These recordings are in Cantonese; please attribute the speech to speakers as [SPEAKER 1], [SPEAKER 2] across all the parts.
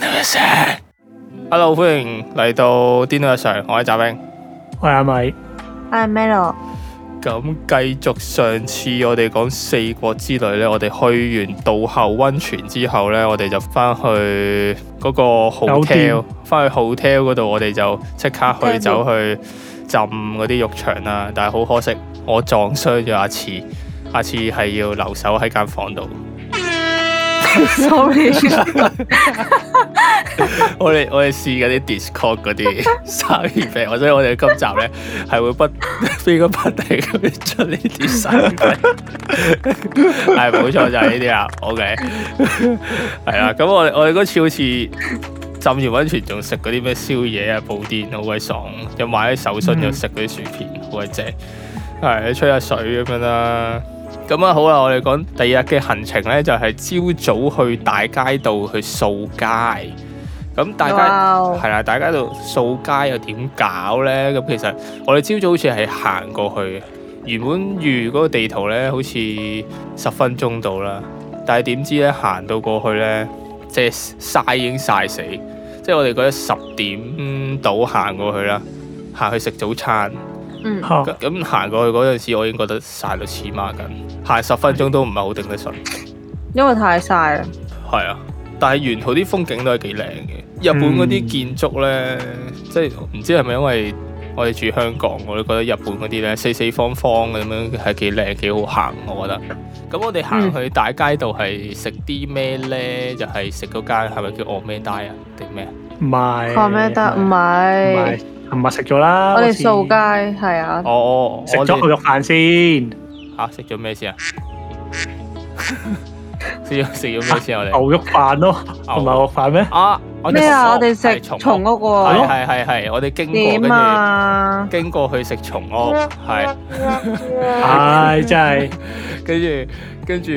[SPEAKER 1] 到一上。Hello，歡迎嚟到癲到日常，我係澤兵。
[SPEAKER 2] 我係阿米，
[SPEAKER 3] 我係 Melo，
[SPEAKER 1] 咁繼續上次我哋講四國之旅咧，我哋去完道後温泉之後咧，我哋就翻去嗰個
[SPEAKER 2] 酒
[SPEAKER 1] hotel，
[SPEAKER 2] 店
[SPEAKER 1] 翻去 hotel 嗰度，我哋就即刻去
[SPEAKER 3] 聽
[SPEAKER 1] 走去浸嗰啲浴場啦。但係好可惜，我撞傷咗阿次，阿次係要留守喺間房度。
[SPEAKER 3] sorry，
[SPEAKER 1] 我哋我哋試緊啲 Discord 嗰啲生意病，所以我哋今集咧係會不 邊個不停咁樣出呢啲生意 病，係冇錯就係呢啲啦。OK，係啦，咁我哋我哋嗰次好似浸完温泉仲食嗰啲咩宵夜啊、布甸，好鬼爽，又買啲手信又食嗰啲薯片，好鬼正，係吹下水咁樣啦。咁啊好啦，我哋講第二日嘅行程咧，就係、朝早去大街道去掃街。咁大家
[SPEAKER 3] 哇
[SPEAKER 1] 係啦，大家度掃街又點搞咧？咁其實我哋朝早好似係行過去嘅，原本預嗰個地圖咧，好似十分鐘到啦，但係點知咧行到過去咧，即係晒已經晒死，即係我哋覺得十點到行過去啦，行去食早餐。
[SPEAKER 3] 嗯，
[SPEAKER 2] 吓
[SPEAKER 1] 咁咁行過去嗰陣時，我已經覺得晒到黐孖筋，行十分鐘都唔係好頂得順。
[SPEAKER 3] 因為太晒啦，
[SPEAKER 1] 係啊，但係沿途啲風景都係幾靚嘅。日本嗰啲建築呢，即係唔知係咪因為我哋住香港，我都覺得日本嗰啲呢四四方方咁樣係幾靚幾好行，我覺得。咁我哋行去大街度係食啲咩呢？就係食嗰間係咪叫 Omeda 啊定咩啊？
[SPEAKER 2] 唔係
[SPEAKER 3] 話咩得？啊唔
[SPEAKER 2] 唔係，，琴
[SPEAKER 3] 係
[SPEAKER 2] 日食咗啦，
[SPEAKER 3] 我哋
[SPEAKER 2] 好似
[SPEAKER 3] 掃街係啊，
[SPEAKER 1] 哦，
[SPEAKER 2] 食
[SPEAKER 1] 我
[SPEAKER 2] 咗牛
[SPEAKER 1] 哋
[SPEAKER 2] 肉飯先，
[SPEAKER 1] 嚇食咗咩先啊？ 食咗食咗咩先 啊？我哦
[SPEAKER 2] 牛肉飯咯，
[SPEAKER 1] 哋
[SPEAKER 2] 同埋牛肉飯咩？
[SPEAKER 1] 啊！我哋
[SPEAKER 3] 咩啊？我哋
[SPEAKER 1] 係
[SPEAKER 3] 食
[SPEAKER 1] 蟲
[SPEAKER 3] 蟲
[SPEAKER 1] 屋，
[SPEAKER 3] 屋
[SPEAKER 1] 係
[SPEAKER 3] 喎，
[SPEAKER 1] 係係係，我哋經過跟
[SPEAKER 3] 點
[SPEAKER 1] 住。
[SPEAKER 3] 啊？
[SPEAKER 1] 經過去食松屋， 係哦
[SPEAKER 2] 唉，真係
[SPEAKER 1] 跟住跟住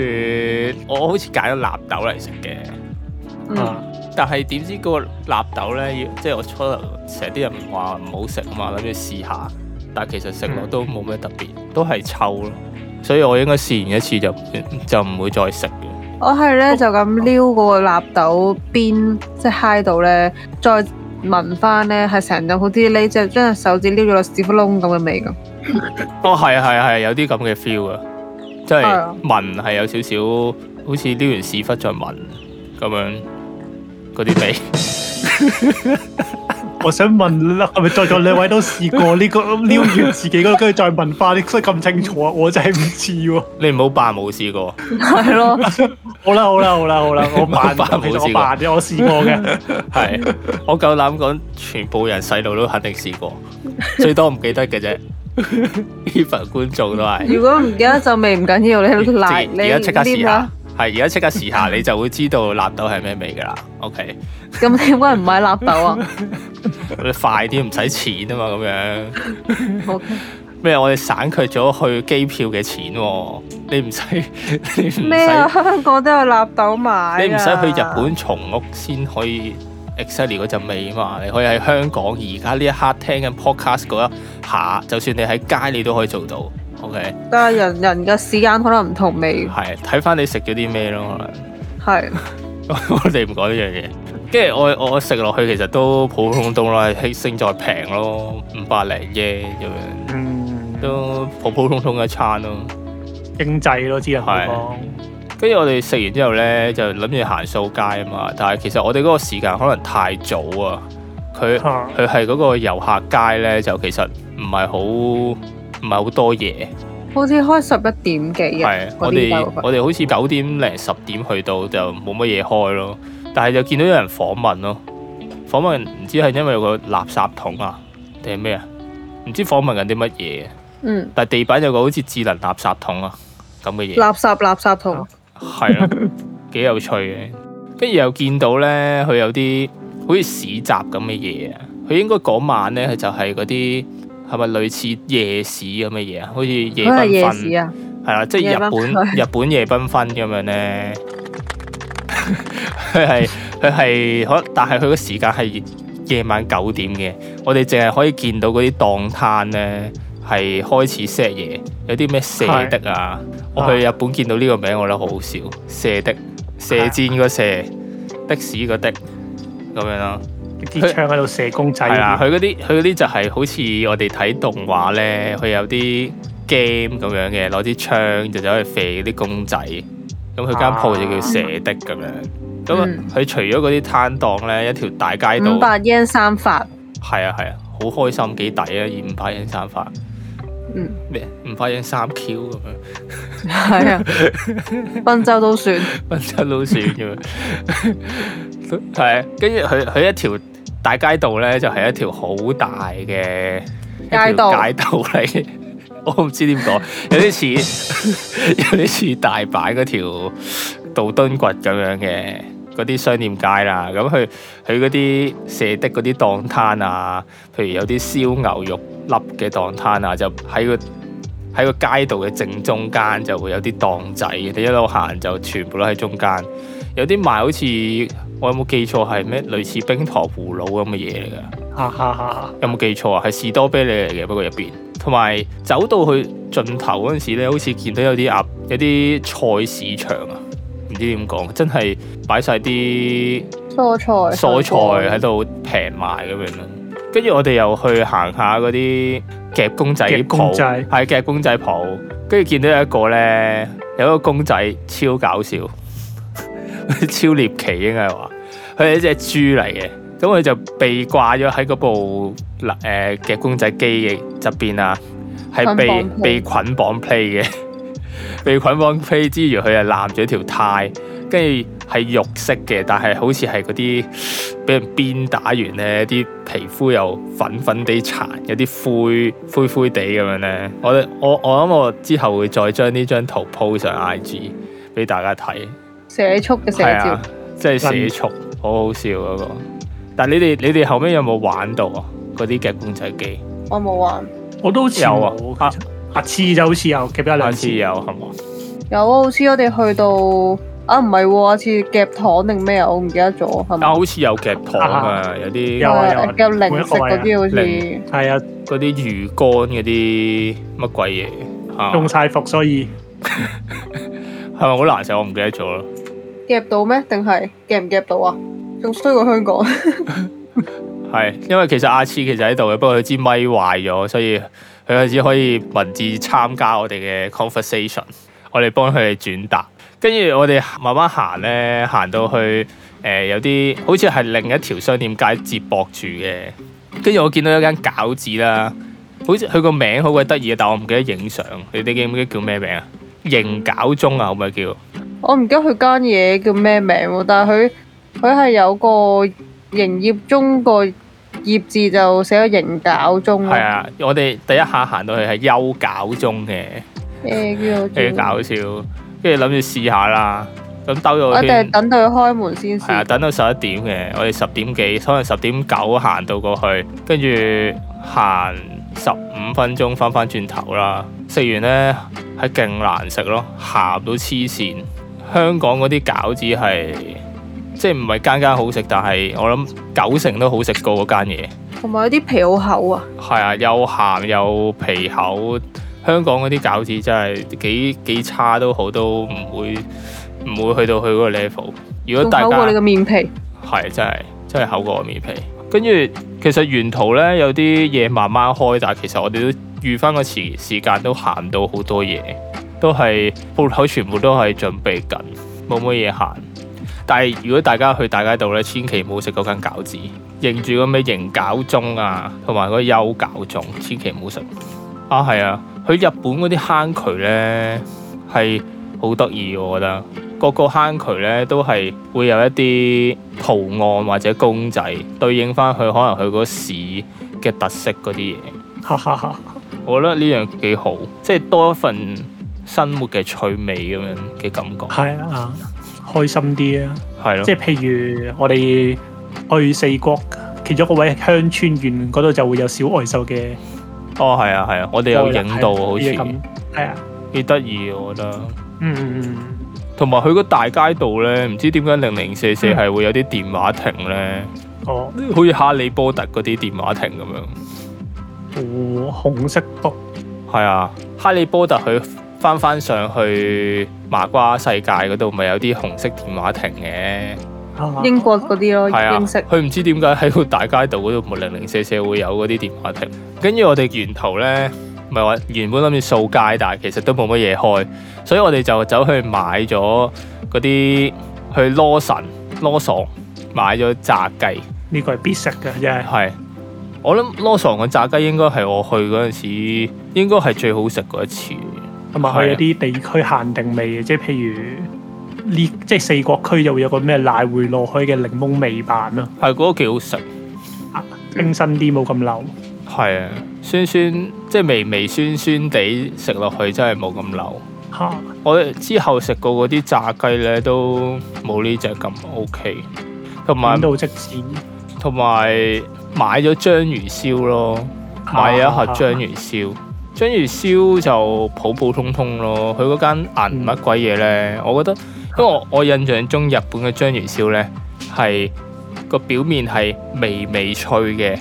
[SPEAKER 1] 我好似揀咗納豆嚟食嘅，
[SPEAKER 3] 嗯，
[SPEAKER 2] 啊，
[SPEAKER 1] 但係點知嗰個納豆咧，要即係我初頭成日啲人話唔好食啊嘛，諗住試下，但係其實食落都冇咩特別，都係臭咯，所以我應該試完一次就就唔會再食嘅。
[SPEAKER 3] 我係咧就咁撩嗰個納豆邊，即係揩到咧，再聞翻咧係成陣好啲呢只將隻手指撩咗落屎窟窿咁嘅味咁，
[SPEAKER 1] 哦，係啊係啊係啊，有啲咁嘅 feel 啊，即係
[SPEAKER 3] 係啊
[SPEAKER 1] 聞係有少少好似撩完屎忽再聞咁樣嗰啲 味。
[SPEAKER 2] 我想問啦，係咪在座兩位都試過 呢個撩完自己嗰個，跟住再問翻，你所以咁清楚啊？我真係唔知喎。
[SPEAKER 1] 你唔好扮冇試過。
[SPEAKER 3] 係咯，
[SPEAKER 2] 好啦，好啦，好啦，好啦， 我扮，
[SPEAKER 1] 冇
[SPEAKER 2] 其實
[SPEAKER 1] 試過
[SPEAKER 2] 我扮嘅，我試過 嘅，
[SPEAKER 1] 係，我夠膽講，全部人細路都肯定試過，最多唔記得嘅啫。even 觀眾都係，
[SPEAKER 3] 如果唔記得就味唔緊要，你
[SPEAKER 1] 自己
[SPEAKER 3] 賴你
[SPEAKER 1] 而家即刻試
[SPEAKER 3] 黏啦
[SPEAKER 1] 下，，係而家即刻試下，你就會知道納豆係咩味㗎啦。OK，
[SPEAKER 3] 咁點解唔買納豆啊
[SPEAKER 1] 你快啲唔使錢啊嘛，咁樣
[SPEAKER 3] ？OK。
[SPEAKER 1] 咩？我哋省卻咗去機票嘅錢喎，你唔使， 你唔
[SPEAKER 3] 咩啊？
[SPEAKER 1] 使，
[SPEAKER 3] 香港都有納豆買
[SPEAKER 1] 你唔使
[SPEAKER 3] 啊
[SPEAKER 1] 去日本松屋先可以 exactly 嗰陣味啊嘛，你可以喺香港而家呢一刻聽緊 podcast 嗰一下，就算你喺街你都可以做到。OK。
[SPEAKER 3] 但係人人嘅時間可能唔同味，
[SPEAKER 1] 係睇翻你食咗啲咩咯，可能
[SPEAKER 3] 係
[SPEAKER 1] 我哋唔講呢樣嘢。跟住我我食落去其實都普普通通啦，勝在平咯，五百零 yen 咁樣，
[SPEAKER 2] 嗯，
[SPEAKER 1] 都普普通通一餐咯。
[SPEAKER 2] 經濟咯，只能
[SPEAKER 1] 係
[SPEAKER 2] 講。
[SPEAKER 1] 跟住我哋食完之後咧，就諗住行掃街啊嘛，但係其實我哋嗰個時間可能太早啊，佢
[SPEAKER 2] 啊
[SPEAKER 1] 佢係嗰個遊客街咧，就其實唔係好唔係好多嘢。
[SPEAKER 3] 好似開十一點幾啊
[SPEAKER 1] 係，
[SPEAKER 3] 嗰
[SPEAKER 1] 我
[SPEAKER 3] 啲
[SPEAKER 1] 哋
[SPEAKER 3] 就
[SPEAKER 1] 我哋好似九點零十點去到就冇乜嘢開咯，但係就見到有人訪問咯，訪問唔知係因為有個垃圾桶啊定係咩啊？唔知訪問緊啲乜嘢，
[SPEAKER 3] 嗯
[SPEAKER 1] 但係地板有個好似智能垃圾桶啊咁嘅嘢，
[SPEAKER 3] 垃圾垃圾
[SPEAKER 1] 哦
[SPEAKER 3] 桶，
[SPEAKER 1] 係咯，幾有趣嘅。跟住又見到咧，佢有啲好似市集咁嘅嘢啊，佢應該嗰晚咧佢就係嗰啲係咪類似夜市咁嘅嘢啊？好似夜
[SPEAKER 3] 佢係
[SPEAKER 1] 繽
[SPEAKER 3] 夜
[SPEAKER 1] 紛
[SPEAKER 3] 市。啊，
[SPEAKER 1] 係啦，即係
[SPEAKER 3] 夜
[SPEAKER 1] 日
[SPEAKER 3] 繽
[SPEAKER 1] 本
[SPEAKER 3] 紛
[SPEAKER 1] 日本夜繽紛咁樣咧， 佢係佢係可，但係佢個時間係夜晚九點嘅，我哋淨係可以見到嗰啲檔攤咧係開始 set 嘢，有啲咩射的啊，我去日本見到呢個名，我覺得好好笑，射的射箭個射，的士個的，咁樣咯。
[SPEAKER 2] 啲槍喺度射公
[SPEAKER 3] 啊
[SPEAKER 2] 仔嗰
[SPEAKER 1] 係啊啦，
[SPEAKER 2] 啲，
[SPEAKER 1] 佢嗰啲佢嗰啲就係好似我哋睇動畫咧，佢有啲 game 咁樣嘅，攞支槍就走去射啲公仔。咁佢間鋪就叫射的咁樣。咁啊
[SPEAKER 3] 啊嗯
[SPEAKER 1] 佢除咗嗰啲攤檔咧，一條大街度
[SPEAKER 3] 五，百 yen 三發，
[SPEAKER 1] 係啊係啊，好開心幾抵啊！以五百英三發
[SPEAKER 3] 嗯，
[SPEAKER 1] 咩？五百英三 Q 咁樣，
[SPEAKER 3] 係啊，賓州都算，
[SPEAKER 1] 分身都算咁樣。係啊，跟住佢佢一條大街道咧，就係一條好大嘅。
[SPEAKER 3] 街道
[SPEAKER 1] 街道嚟， 我唔知點講，有啲似 有啲似大阪嗰條道敦崛咁樣嘅嗰啲商店街啦。咁佢佢嗰啲射的嗰啲檔攤啊，譬如有啲燒牛肉粒嘅檔攤啊，就喺個喺個街道嘅正中間就會有啲檔仔，你一路行就全部都喺中間。有啲賣好似我有冇記錯係咩類似冰糖葫蘆咁嘅嘢嚟㗎？
[SPEAKER 2] 哈哈哈！
[SPEAKER 1] 有冇記錯啊？係士多啤梨嚟嘅，不過入邊同埋走到去盡頭嗰陣時咧，好似見到有啲鴨，有啲菜市場啊，唔知點講，真係擺晒啲
[SPEAKER 3] 蔬菜，
[SPEAKER 1] 蔬菜喺度平賣咁樣咯。跟住我哋又去行下嗰啲夾公仔
[SPEAKER 2] 夾公
[SPEAKER 1] 鋪，
[SPEAKER 2] 仔
[SPEAKER 1] 係夾公仔鋪，跟住見到有一個咧，有一個公仔超搞笑， 超獵奇應該係話，佢係一隻豬嚟嘅，咁佢就被掛咗喺嗰部嗱誒夾公仔機嘅側邊啊，係
[SPEAKER 3] 捆
[SPEAKER 1] 被
[SPEAKER 3] 綁
[SPEAKER 1] 被
[SPEAKER 3] play
[SPEAKER 1] 捆綁 play 嘅， 被捆綁 play 之餘，佢係攬住一條呔。跟住係肉色嘅，但係好似係嗰啲俾人鞭打完咧，啲皮膚又粉粉地殘，有啲灰灰灰地咁樣咧。我哋我我諗我之後會再將呢張圖 po 上 IG 俾大家睇，
[SPEAKER 3] 社畜嘅社
[SPEAKER 1] 係
[SPEAKER 3] 招
[SPEAKER 1] 啊。，即係寫速，好好笑嗰、個。但係你哋你哋後尾有冇玩到啊？嗰啲嘅公仔機，
[SPEAKER 3] 我冇玩，
[SPEAKER 2] 我都好似
[SPEAKER 1] 有啊
[SPEAKER 2] 冇
[SPEAKER 1] 啊
[SPEAKER 2] 下次就好似有夾一
[SPEAKER 1] 下
[SPEAKER 2] 兩
[SPEAKER 1] 次
[SPEAKER 2] 次，
[SPEAKER 1] 有係嘛？
[SPEAKER 3] 有啊，好似我哋去到啊，唔係喎，好似夾糖定咩啊，我唔記得咗，係咪
[SPEAKER 1] 啊，？好似有夾糖啊，有啲
[SPEAKER 2] 有啊有啊
[SPEAKER 3] 夾零食嗰啲好
[SPEAKER 1] 零
[SPEAKER 3] 似
[SPEAKER 2] 係啊，
[SPEAKER 1] 嗰啲魚乾嗰啲乜鬼嘢啊？
[SPEAKER 2] 中晒伏，所以
[SPEAKER 1] 係咪好難食？我唔記得咗啦。
[SPEAKER 3] 夾到咩？定係夾唔夾到啊？仲衰過香港，
[SPEAKER 1] 係，因為其實阿次其實喺度嘅，不過佢支咪壞咗，所以佢只可以文字參加我哋嘅 conversation，我哋幫佢哋轉達。跟住我哋慢慢行咧，行到去誒、呃有啲好似係另一條商店街接駁住嘅。跟住我見到一間餃子啦，好似佢個名好鬼得意嘅，啊但我唔記得影相。你哋記唔記得叫咩名啊？營餃中啊，可唔可以叫？
[SPEAKER 3] 我唔記得佢間嘢叫咩名喎，但係佢佢係有個營業中個業字就寫咗營搞中
[SPEAKER 1] 係
[SPEAKER 3] 咯，
[SPEAKER 1] 啊，我哋第一下行到去係優餃中嘅。
[SPEAKER 3] 誒叫
[SPEAKER 1] 幾
[SPEAKER 3] 做
[SPEAKER 1] 搞笑，跟住諗住試下啦。咁兜咗
[SPEAKER 3] 我
[SPEAKER 1] 個
[SPEAKER 3] 一定係
[SPEAKER 1] 圈，
[SPEAKER 3] 等到佢開門先
[SPEAKER 1] 係啊，
[SPEAKER 3] 試。
[SPEAKER 1] 等到十一點嘅，我哋十點幾，可能十點九行到過去，跟住行十五分鐘翻翻轉頭啦。食完呢，係勁難食咯，鹹到黐線。香港嗰啲餃子係即係唔係間間好食，但係我諗九成都好食過嗰間嘢。
[SPEAKER 3] 同埋有啲皮好厚啊，
[SPEAKER 1] 係啊，又鹹又皮厚。香港嗰啲餃子真係幾幾差都好，都唔會唔會去到佢嗰個 level。如果
[SPEAKER 3] 仲
[SPEAKER 1] 大
[SPEAKER 3] 厚過你
[SPEAKER 1] 家
[SPEAKER 3] 個面皮。
[SPEAKER 1] 係真係真係厚過我面皮。跟住其實沿途咧有啲嘢慢慢開，但係其實我哋都預翻個時時間都行到好多嘢，都係鋪頭全部都係準備緊，冇乜嘢行。但係如果大家去大街度咧，千祈唔好食嗰間餃子，認住個咩營餃盅啊，同埋嗰個優餃盅，千祈唔好食。啊，係啊，去日本嗰啲坑渠咧係好得意嘅，我覺得。個個坑渠咧都係會有一啲圖案或者公仔對應翻佢可能佢嗰市嘅特色嗰啲嘢，
[SPEAKER 2] 哈哈哈！
[SPEAKER 1] 我覺得呢樣幾好，即係多一份生活嘅趣味咁樣嘅感覺，
[SPEAKER 2] 係啊，開心啲啊！
[SPEAKER 1] 係咯
[SPEAKER 2] 即。係譬如我哋去四國，其中一個位鄉村縣嗰度就會有小外秀嘅，
[SPEAKER 1] 哦，係啊，係啊，我哋有影到好似
[SPEAKER 2] 咁，係啊，
[SPEAKER 1] 幾得意啊，我覺得。
[SPEAKER 2] 嗯嗯嗯。
[SPEAKER 1] 同埋佢個大街度咧，唔知點解零零四四
[SPEAKER 2] 嗯
[SPEAKER 1] 係會有啲電話亭咧，
[SPEAKER 2] 哦，
[SPEAKER 1] 好似哈利波特嗰啲電話亭咁樣。
[SPEAKER 2] 哦紅色卜
[SPEAKER 1] 係啊，哈利波特佢翻翻上去麻瓜世界嗰度，咪有啲紅色電話亭嘅。
[SPEAKER 2] 啊
[SPEAKER 3] 英國嗰啲咯，
[SPEAKER 1] 係啊，
[SPEAKER 3] 英式
[SPEAKER 1] 佢唔知點解喺個大街道嗰度冇零零舍舍會有嗰啲電話亭，跟住我哋沿途呢，唔係話原本諗住掃街，但係其實都冇乜嘢開，所以我哋就走去買咗嗰啲去羅神羅爽買咗炸雞，
[SPEAKER 2] 呢個係必食嘅，真係
[SPEAKER 1] 係我諗羅爽嘅炸雞應該係我去嗰陣時應該係最好食嗰一次，
[SPEAKER 2] 同埋
[SPEAKER 1] 啊
[SPEAKER 2] 佢有啲地區限定味嘅，即係譬如呢，即係四國區就會有個咩奶回落去嘅檸檬味版咯，
[SPEAKER 1] 係嗰個幾好食，
[SPEAKER 2] 清新啲冇咁流。
[SPEAKER 1] 係啊，酸酸即係微微酸酸地食落去真係冇咁流。
[SPEAKER 2] 嚇、
[SPEAKER 1] 我哋之後食過嗰啲炸雞咧，都冇呢只咁 OK。同埋
[SPEAKER 2] 點到即止。
[SPEAKER 1] 同埋買咗章魚燒咯，買咗一盒章魚燒。章魚燒就普普通通咯，佢嗰間銀乜鬼嘢咧？我覺得，因為我我印象中日本嘅章魚燒咧係個表面係微微脆嘅，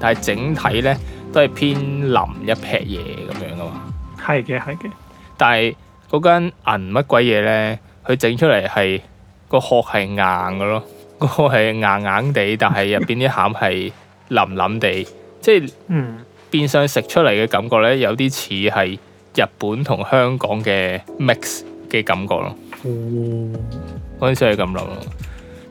[SPEAKER 1] 但係整體咧都係偏腍一撇嘢咁樣噶嘛。
[SPEAKER 2] 係嘅，係嘅。
[SPEAKER 1] 但係嗰間銀乜鬼嘢咧，佢整出嚟係個殼係硬嘅咯，個殼係硬硬地，但係入邊啲餡係腍腍地，即係
[SPEAKER 2] 嗯，
[SPEAKER 1] 變相食出嚟嘅感覺咧，有啲似係日本同香港嘅 mix 嘅感覺咯。
[SPEAKER 2] 哦，
[SPEAKER 1] 嗰陣時係咁諗咯，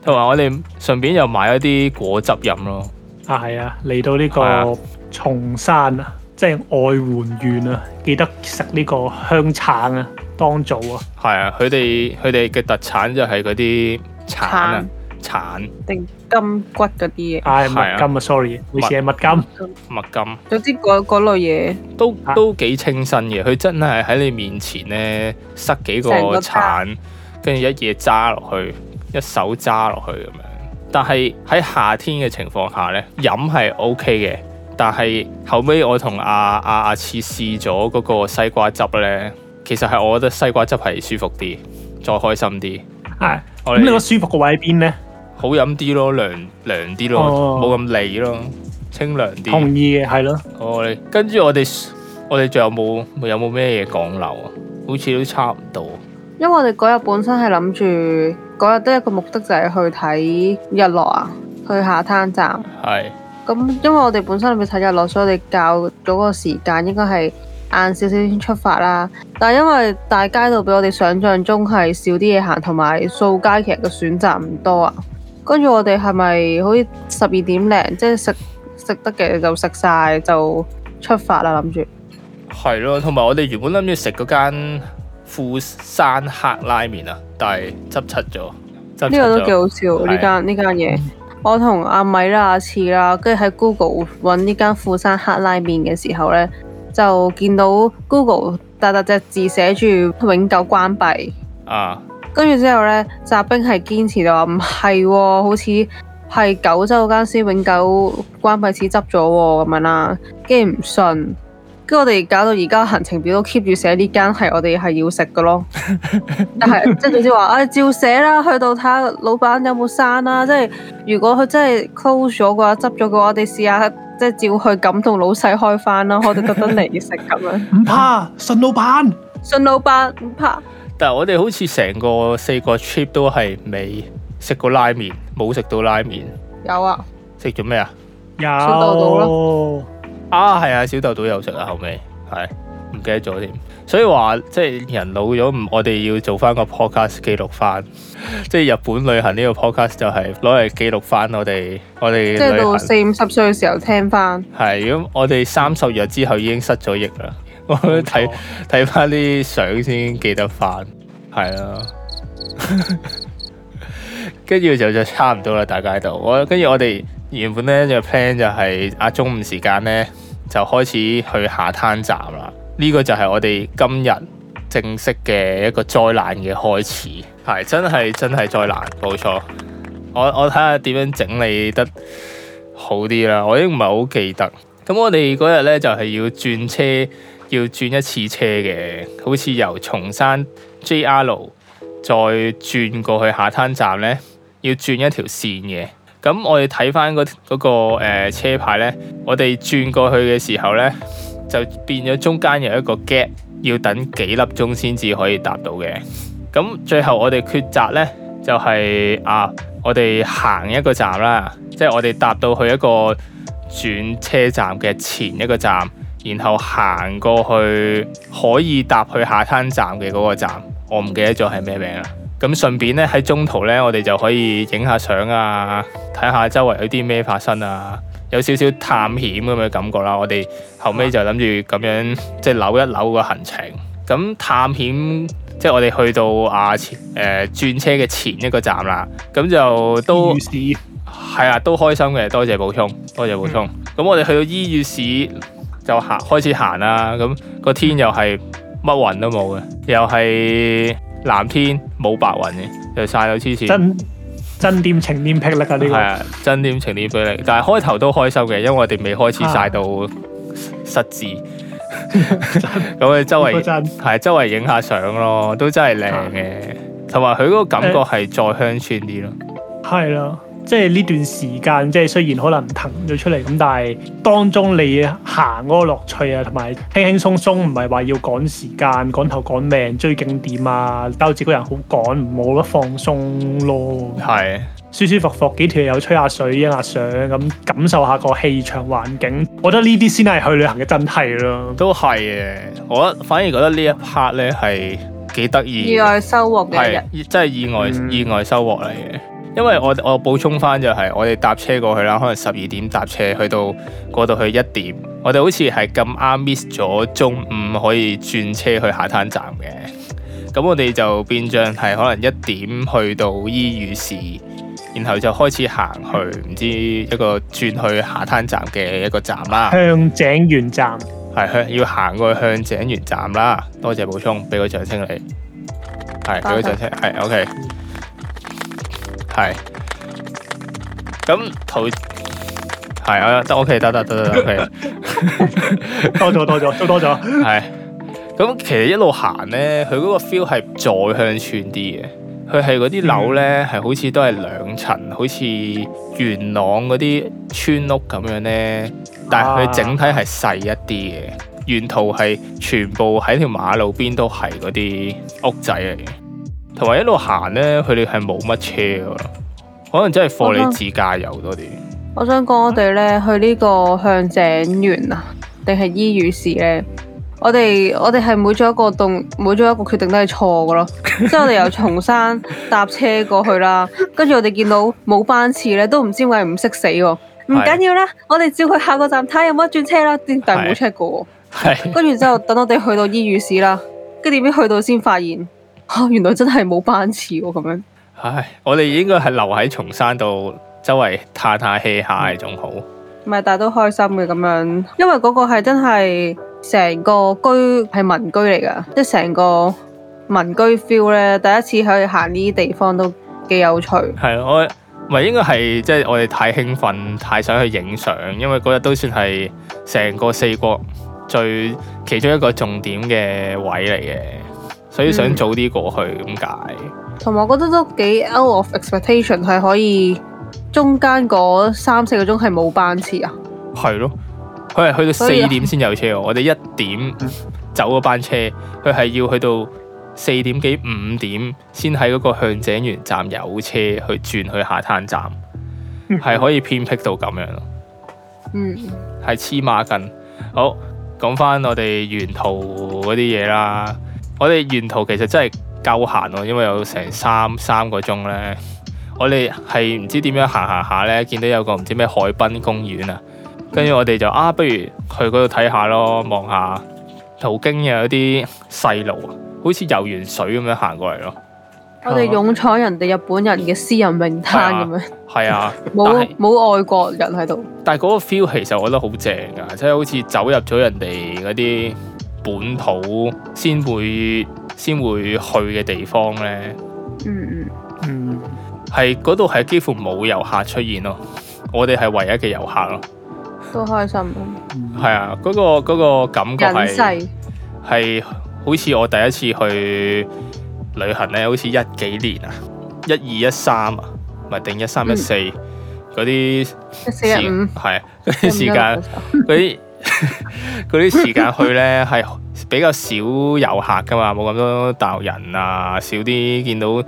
[SPEAKER 1] 同埋我哋順便又買咗啲果汁飲咯，
[SPEAKER 2] 啊係啊，嚟到呢
[SPEAKER 1] 係
[SPEAKER 2] 個松山啊，即係外援縣啊，記得食呢個香橙啊，當造啊，
[SPEAKER 1] 係啊，佢哋佢哋嘅特產就係嗰啲橙啊，橙
[SPEAKER 3] 定金骨嗰啲嘢，
[SPEAKER 2] 唉，
[SPEAKER 1] 係啊
[SPEAKER 2] 麥金啊，sorry，每次係麥金，
[SPEAKER 1] 麥金。
[SPEAKER 3] 總之嗰嗰類嘢。
[SPEAKER 1] 都
[SPEAKER 2] 啊
[SPEAKER 1] 都幾清新嘅，佢真係喺你面前咧塞幾
[SPEAKER 3] 成
[SPEAKER 1] 個
[SPEAKER 3] 個
[SPEAKER 1] 橙，跟住一嘢揸落去，一手揸落去咁樣。但係喺夏天嘅情況下咧，飲係 O K 嘅，但係後尾我同阿阿阿次試咗嗰個西瓜汁咧，其實係我覺得西瓜汁係舒服啲，再開心啲，
[SPEAKER 2] 係。
[SPEAKER 1] 我
[SPEAKER 2] 咁你覺
[SPEAKER 1] 哋
[SPEAKER 2] 得舒服個位喺邊咧？
[SPEAKER 1] 好飲啲咯，涼涼啲
[SPEAKER 2] 哦
[SPEAKER 1] 咯，冇咁膩咯，清涼啲。
[SPEAKER 2] 同意嘅，係咯。
[SPEAKER 1] 我哋跟住我哋，我哋仲有冇有冇咩嘢講漏啊？好似都差唔多。
[SPEAKER 3] 因為我哋嗰日本身係諗住嗰日得一個目的就係去睇日落啊，去下灘站。
[SPEAKER 1] 係
[SPEAKER 3] 咁因為我哋本身諗住睇日落，所以我哋校咗個時間應該係晏少少先出發啦。但係因為大街度比我哋想象中係少啲嘢行，同埋掃街其實嘅選擇唔多啊。跟住我哋係咪好似十二點零，即係食食得嘅就食晒就出發啦？諗住
[SPEAKER 1] 係咯，同埋我哋原本諗住食嗰間富山黑拉麵啊，但係執柒咗，執柒
[SPEAKER 3] 呢個都幾
[SPEAKER 1] 咗。
[SPEAKER 3] 好笑呢
[SPEAKER 1] 係
[SPEAKER 3] 間呢間嘢。我同阿米啦、阿次啦，跟住喺 Google 揾呢間富山黑拉麵嘅時候呢，就見到 Google 大大隻字寫住永久關閉。
[SPEAKER 1] 啊，
[SPEAKER 3] 跟住之後呢，澤兵係堅持就話唔係喎，好似係九州嗰間先永久關閉始執咗喎咁樣啦，跟住唔信，跟住我哋搞到而家行程表都 keep 住寫呢間係我哋係要食 嘅咯，但係即係總之話，唉、照寫啦，去到睇下老闆有冇刪啦，即係如果佢真係 close 咗嘅話，執咗嘅話，我哋試下即係照去咁同老細開翻啦，我哋特登嚟食咁樣，
[SPEAKER 2] 唔怕，信老闆。
[SPEAKER 3] 信老闆唔怕，
[SPEAKER 1] 但係我哋好似成個四個 trip 都係未食過拉麵，冇食到拉麵，
[SPEAKER 3] 有啊，
[SPEAKER 1] 食咗咩啊？
[SPEAKER 2] 有。
[SPEAKER 3] 豆豆
[SPEAKER 1] 啊，係啊，小豆豆有食
[SPEAKER 3] 哦
[SPEAKER 1] 啊，後尾係唔記得咗添。所以話即係人老咗，唔我哋要做翻個 podcast 記錄翻，即係日本旅行呢個 podcast 就係攞嚟記錄翻我哋我哋
[SPEAKER 3] 即係
[SPEAKER 1] 旅行。
[SPEAKER 3] 到四五十歲嘅時候聽翻。
[SPEAKER 1] 係咁，我哋三十日之後已經失咗憶啦。我都睇睇翻啲相先記得翻，係啊。 跟住就就差唔多啦，大家喺度。我跟住我哋原本咧就 plan 就係啊中午時間咧就開始去下灘站啦。呢、個就係我哋今日正式嘅一個災難嘅開始，係真係真係災難，冇錯。我我睇下點樣整理得好啲啦。我已經唔係好記得。咁我哋嗰日咧就係、要轉車，要轉一次車嘅，好似由松山 JR 再轉過去下灘站咧，要轉一條線嘅。咁我哋睇翻嗰嗰個誒、呃、車牌咧，我哋轉過去嘅時候咧，就變咗中間有一個 gap，要等幾粒鐘先至可以搭到嘅。咁最後我哋抉擇咧，就係、啊，我哋行一個站啦，即係我哋搭到去一個轉車站嘅前一個站，然後行過去可以搭去下灘站嘅嗰個站，我唔記得咗係咩名啦。咁順便咧喺中途咧，我哋就可以影下相啊，睇下周圍有啲咩發生啊，有少少探險咁嘅感覺啦。我哋後尾就諗住咁樣即係扭一扭個行程。咁探險即係我哋去到啊前誒、呃、轉車嘅前一個站啦，咁就都
[SPEAKER 2] 於是
[SPEAKER 1] 係啊，都開心嘅，多謝補充，多謝補
[SPEAKER 2] 嗯
[SPEAKER 1] 充。咁、我哋去到伊越市就行開始行啦，咁、個天又係乜雲都冇嘅，又係藍天冇白雲嘅，就晒到黐線。
[SPEAKER 2] 真真點情點霹靂啊！
[SPEAKER 1] 係
[SPEAKER 2] 呢
[SPEAKER 1] 啊，真點情點俾你，但係開頭都開心嘅，因為我哋未開
[SPEAKER 2] 啊
[SPEAKER 1] 始晒到失智， 咁佢周
[SPEAKER 2] 個
[SPEAKER 1] 圍
[SPEAKER 2] 嗰陣
[SPEAKER 1] 係周圍影下相咯，都真係靚
[SPEAKER 2] 啊
[SPEAKER 1] 嘅，同埋佢嗰個感覺係再鄉村啲咯。
[SPEAKER 2] 係啦，即係呢段時間，即係雖然可能騰咗出嚟咁，但係當中你行嗰個樂趣啊，同埋輕輕鬆鬆，唔係話要趕時間、趕頭趕命、追景點啊，兜自己個人好趕，冇得放鬆咯。
[SPEAKER 1] 係
[SPEAKER 2] 舒舒服服幾條友吹下水、影下相，咁感受下個氣場環境，我覺得呢啲先係去旅行嘅真諦咯。
[SPEAKER 1] 都係嘅，我覺得反而覺得呢一 part 咧係幾得意
[SPEAKER 3] 意
[SPEAKER 1] 嘅，
[SPEAKER 3] 外收穫嘅一日
[SPEAKER 1] 係，真係意外、
[SPEAKER 2] 嗯
[SPEAKER 1] 意外收穫嚟嘅。因為我我補充翻就係、我哋搭車過去啦，可能十二點搭車去到過到去一點，我哋好似係咁啱 miss 咗中午可以轉車去下灘站嘅，咁我哋就變相係可能一點去到伊予市，然後就開始行去唔知一個轉去下灘站嘅一個站啦。
[SPEAKER 2] 向井原站，
[SPEAKER 1] 係向要行過去向井園站啦。多謝補充，俾個掌聲你。係俾個掌聲，係 OK。係。咁途係啊，得 OK，得得得得得 OK。
[SPEAKER 2] 多咗多咗，都多咗。
[SPEAKER 1] 係。咁其實一路行咧，佢嗰個 feel 係再鄉村啲嘅。佢係嗰啲樓咧，係好似都係兩層，好似元朗嗰啲村屋咁樣咧，但係
[SPEAKER 2] 啊
[SPEAKER 1] 佢整體係細一啲嘅。沿途係全部喺條馬路邊都係嗰啲屋仔嚟嘅，同埋一路行咧，佢哋係冇乜車噶，可能真係貨你自駕遊多啲。
[SPEAKER 3] 我想講我哋咧去呢個向井園啊，定係伊予市咧，我哋我哋係每做一個動，每做一個決定都係錯嘅咯。即係我哋由松山搭車過去啦，跟住我哋見到冇班次咧，都唔知點解唔識死喎。唔緊要啦，我哋照去下個站睇下有冇得轉車啦，但係冇 check 過喎。
[SPEAKER 1] 係
[SPEAKER 3] 跟住之後等我哋去到伊予市啦，跟住點知去到先發現，啊原來真係冇班次喎咁樣。
[SPEAKER 1] 唉，我哋應該係留喺松山度周圍嘆下氣下仲好。
[SPEAKER 3] 唔係，但係都開心嘅咁樣，因為嗰個係真係成個居係民居嚟㗎，即係成個民居 feel 咧。第一次去行呢啲地方都幾有趣，
[SPEAKER 1] 係啊我唔係應該係即係我哋太興奮，太想去影相，因為嗰日都算係成個四國最其中一個重點嘅位嚟嘅，所以想
[SPEAKER 3] 嗯
[SPEAKER 1] 早啲過去咁解。
[SPEAKER 3] 同埋我覺得都幾 out of expectation 係可以中間嗰三四個鐘係冇班次啊，
[SPEAKER 1] 係咯，佢係去到四
[SPEAKER 3] 所以啊
[SPEAKER 1] 點先有車喎，我哋一點走嗰班車，佢係要去到四點幾五點先喺嗰個向井園站有車去轉去下灘 站，係可以偏僻到咁樣咯，
[SPEAKER 3] 嗯，
[SPEAKER 1] 係黐孖筋。好，講翻我哋沿途嗰啲嘢啦，我哋沿途其實真係夠閒咯，因為有成三三個鐘咧。我哋係唔知點樣行行下咧，見到有個唔知咩海濱公園啊，跟住我哋就啊，不如去嗰度睇下咯，望下途經又有啲細路啊，好似游完水咁樣行過嚟咯。
[SPEAKER 3] 我哋勇闖人哋日本人嘅私人泳灘咁樣，
[SPEAKER 1] 係啊，但係
[SPEAKER 3] 冇冇外國人喺度，
[SPEAKER 1] 但係嗰個 feel 其實我覺得好正㗎，即係好似走入咗人哋嗰啲本土先會先會去嘅地方咧，
[SPEAKER 3] 嗯嗯。
[SPEAKER 2] 嗯，
[SPEAKER 1] 係嗰度係幾乎冇遊客出現咯，我哋係唯一嘅遊客咯。
[SPEAKER 3] 都開心，
[SPEAKER 1] 係啊，嗰、個嗰個感覺
[SPEAKER 3] 嗯人
[SPEAKER 1] 係
[SPEAKER 3] 世
[SPEAKER 1] 係好似我第一次去旅行咧，好似一幾年啊，一二一三啊，唔係定一三一四嗰啲時
[SPEAKER 3] 一嗯四一五，
[SPEAKER 1] 係嗰啲時間嗰啲 嗰啲時間去咧係比較少遊客噶嘛，冇咁多大陸人啊，少啲見到誒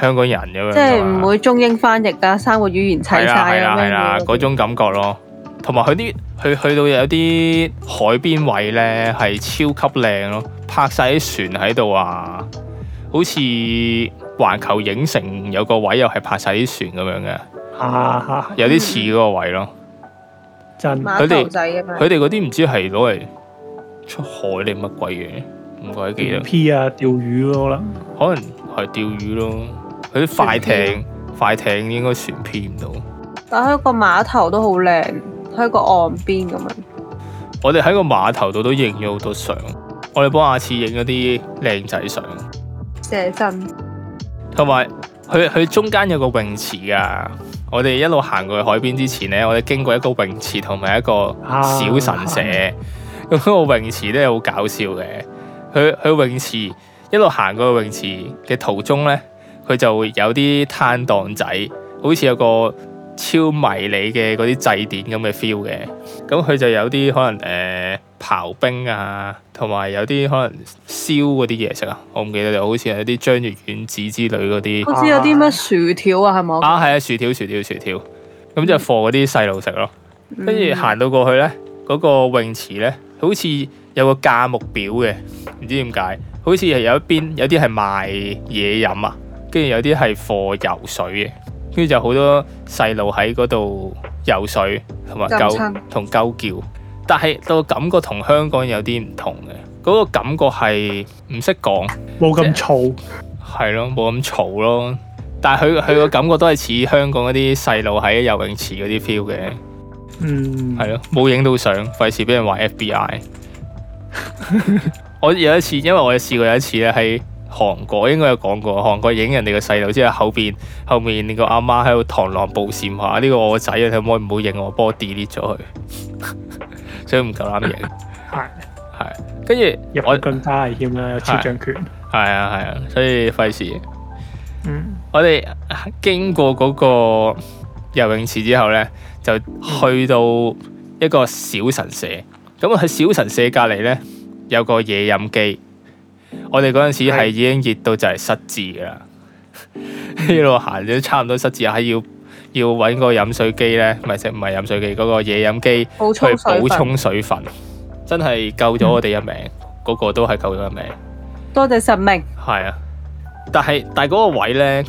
[SPEAKER 1] 香港人咁樣㗎嘛，
[SPEAKER 3] 即係唔會中英翻譯啊，三個語言砌
[SPEAKER 1] 係啦係
[SPEAKER 3] 晒
[SPEAKER 1] 啦
[SPEAKER 3] 啊
[SPEAKER 1] 係啦，
[SPEAKER 3] 咩
[SPEAKER 1] 嗰種感覺咯。同埋佢啲去去到有啲海邊位咧，係超級靚咯，拍晒啲船喺度啊，好似環球影城有個位又係拍晒啲船咁樣嘅，
[SPEAKER 2] 啊嚇
[SPEAKER 1] 有啲似嗰個位咯。佢
[SPEAKER 2] 真
[SPEAKER 3] 嘢碼
[SPEAKER 1] 哋
[SPEAKER 3] 頭仔啊嘛
[SPEAKER 1] 佢，哋嗰啲唔知係攞嚟出海定乜鬼嘢，唔鬼記得
[SPEAKER 2] 點，P 啊，釣魚咯
[SPEAKER 1] 可
[SPEAKER 2] 可能
[SPEAKER 1] 能係釣魚啊咯。佢啲快艇快艇應該船偏唔到。
[SPEAKER 3] 但係佢個碼頭都好靚，喺個岸邊咁樣。
[SPEAKER 1] 我哋喺個碼頭度都影咗好多相，我哋幫阿次影咗啲靚仔相，
[SPEAKER 3] 寫
[SPEAKER 1] 啊
[SPEAKER 3] 真
[SPEAKER 1] 同埋佢佢中間有個泳池噶。我哋一路行過去海邊之前呢，我哋經過一個泳池同埋一個小神社。咁、個泳池咧好搞笑嘅，佢佢泳池一路行過去泳池嘅途中呢，佢就會有啲攤檔仔，好似有個超迷你嘅嗰啲祭典咁嘅 feel 嘅。咁佢就有啲可能誒、呃、刨冰啊，同埋有啲可能燒嗰啲嘢食啊，我唔記得咗，好似係啲章魚丸子之類嗰啲
[SPEAKER 3] 好似有啲咩薯條啊，係咪？
[SPEAKER 1] 啊，係啊，薯條薯條薯條，咁就 for 嗰啲細路食咯。
[SPEAKER 3] 嗯
[SPEAKER 1] 跟住行到過去呢，嗰、個泳池呢，好似有個價目表嘅，唔知點解，好似係有一邊有啲係賣嘢飲啊，跟住有啲係貨游水嘅，跟住就好多細路喺嗰度游水同埋
[SPEAKER 3] 浸
[SPEAKER 1] 鳩
[SPEAKER 3] 親
[SPEAKER 1] 同鳩叫，但係個感覺同香港有啲唔同嘅，嗰、個感覺係唔識講。
[SPEAKER 2] 冇咁燥，
[SPEAKER 1] 係咯，冇咁嘈咯。但係佢佢個感覺都係似香港嗰啲細路喺游泳池嗰啲 feel 嘅，
[SPEAKER 2] 嗯，
[SPEAKER 1] 係咯，冇影到相，費事俾人話 FBI。我有一次，因為我試過有一次咧喺韓國，應該有講過，韓國影人哋個細路之後，後邊後面個阿媽喺度螳螂捕蟬話：呢、個我個仔啊，你可唔可以唔好影我？幫我 delete 咗佢， 所以唔夠膽影。
[SPEAKER 2] 係
[SPEAKER 1] 係，跟住
[SPEAKER 2] 入
[SPEAKER 1] 我
[SPEAKER 2] 去更加危險啦，有
[SPEAKER 1] 係
[SPEAKER 2] 肖像權，
[SPEAKER 1] 係啊係啊，所以費事。
[SPEAKER 2] 嗯，
[SPEAKER 1] 我哋啊經過嗰個游泳池之後呢，就去到一個小神社。咁啊喺小神社隔離呢，有個野飲機。我哋嗰陣時係
[SPEAKER 2] 係
[SPEAKER 1] 已經熱到就係失智噶啦， 一路行咗差唔多失智，係要要揾個飲水機呢，唔係即係唔係飲水機嗰、個野飲機
[SPEAKER 3] 補
[SPEAKER 1] 去補
[SPEAKER 3] 充水分，嗯
[SPEAKER 1] 充水分，真係救咗我哋一命。嗰、個都係救咗一命。
[SPEAKER 3] 多謝神明。
[SPEAKER 1] 係啊，但係但係嗰個位咧，嗰、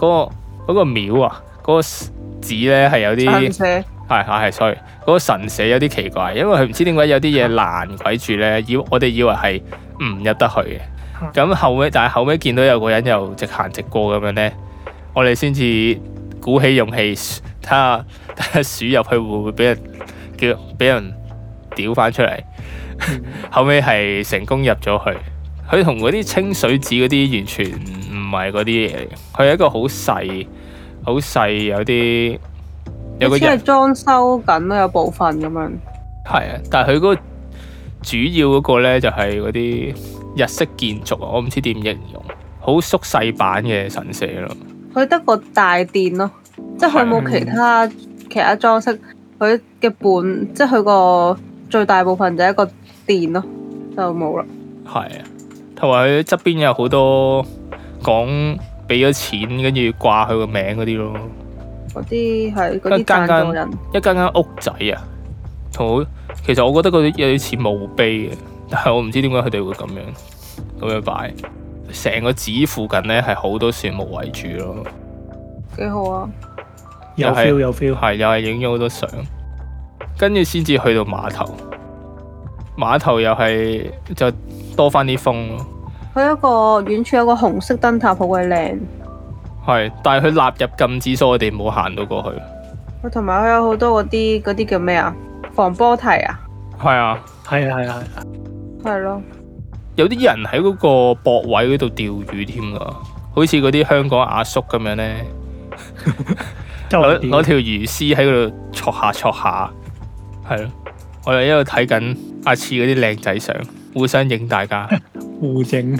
[SPEAKER 1] 個嗰、個廟啊，嗰、個寺咧係有啲
[SPEAKER 3] 神社
[SPEAKER 1] 係係係，sorry，嗰個神社有啲奇怪，因為佢唔知點解有啲嘢爛鬼住咧，以我哋以為係唔入得去嘅。咁後尾，但係後尾見到有個人又直行直過咁樣咧，我哋先至鼓起勇氣，睇下睇下鼠入去會唔會俾人叫俾人屌翻出嚟。 後尾係成功入咗去。佢同嗰啲清水寺嗰啲完全唔係嗰啲嘢嚟嘅，佢係一個好細、好細有啲有個
[SPEAKER 3] 好似
[SPEAKER 1] 人
[SPEAKER 3] 係裝修緊咯，有部分咁樣。
[SPEAKER 1] 係啊，但係佢嗰個主要嗰個咧就係嗰啲日式建築啊，我唔知點形容，好縮細版嘅神社咯。
[SPEAKER 3] 佢得個大殿咯，即係佢冇其他其他裝飾，佢嘅本即係佢個最大部分就係一個殿咯，就冇啦。
[SPEAKER 1] 係啊，同埋佢側邊有好多講俾咗錢，跟住掛佢個名嗰啲咯，
[SPEAKER 3] 嗰啲係嗰
[SPEAKER 1] 間
[SPEAKER 3] 啲
[SPEAKER 1] 間
[SPEAKER 3] 贊助人，
[SPEAKER 1] 一間間屋仔啊，同好其實我覺得嗰啲有啲似墓碑嘅，但係我唔知點解佢哋會咁樣咁樣擺。成個寺附近咧係好多樹木為主咯。
[SPEAKER 3] 幾好啊！
[SPEAKER 2] 有
[SPEAKER 1] 又係
[SPEAKER 2] feel 有 feel，
[SPEAKER 1] 係又係影咗好多相，跟住先至去到碼頭，碼頭又係就多翻啲風咯，
[SPEAKER 3] 佢一個遠處有個紅色燈塔，好鬼靚。
[SPEAKER 1] 係，但係佢納入禁止，所以我哋冇行到過去。
[SPEAKER 3] 佢同埋佢有好多嗰啲嗰啲叫咩啊？防波堤啊，
[SPEAKER 1] 係啊，
[SPEAKER 2] 係啊係啊係啊，
[SPEAKER 3] 係咯，
[SPEAKER 1] 有啲人喺嗰個駁位嗰度釣魚添㗎，好似嗰啲香港阿叔咁樣呢，
[SPEAKER 2] 周圍
[SPEAKER 1] 攞
[SPEAKER 2] 點
[SPEAKER 1] 攞條魚絲喺嗰度戳下戳下，係咯，我哋一路睇緊阿次嗰啲靚仔相，互相影大家。
[SPEAKER 2] 互整，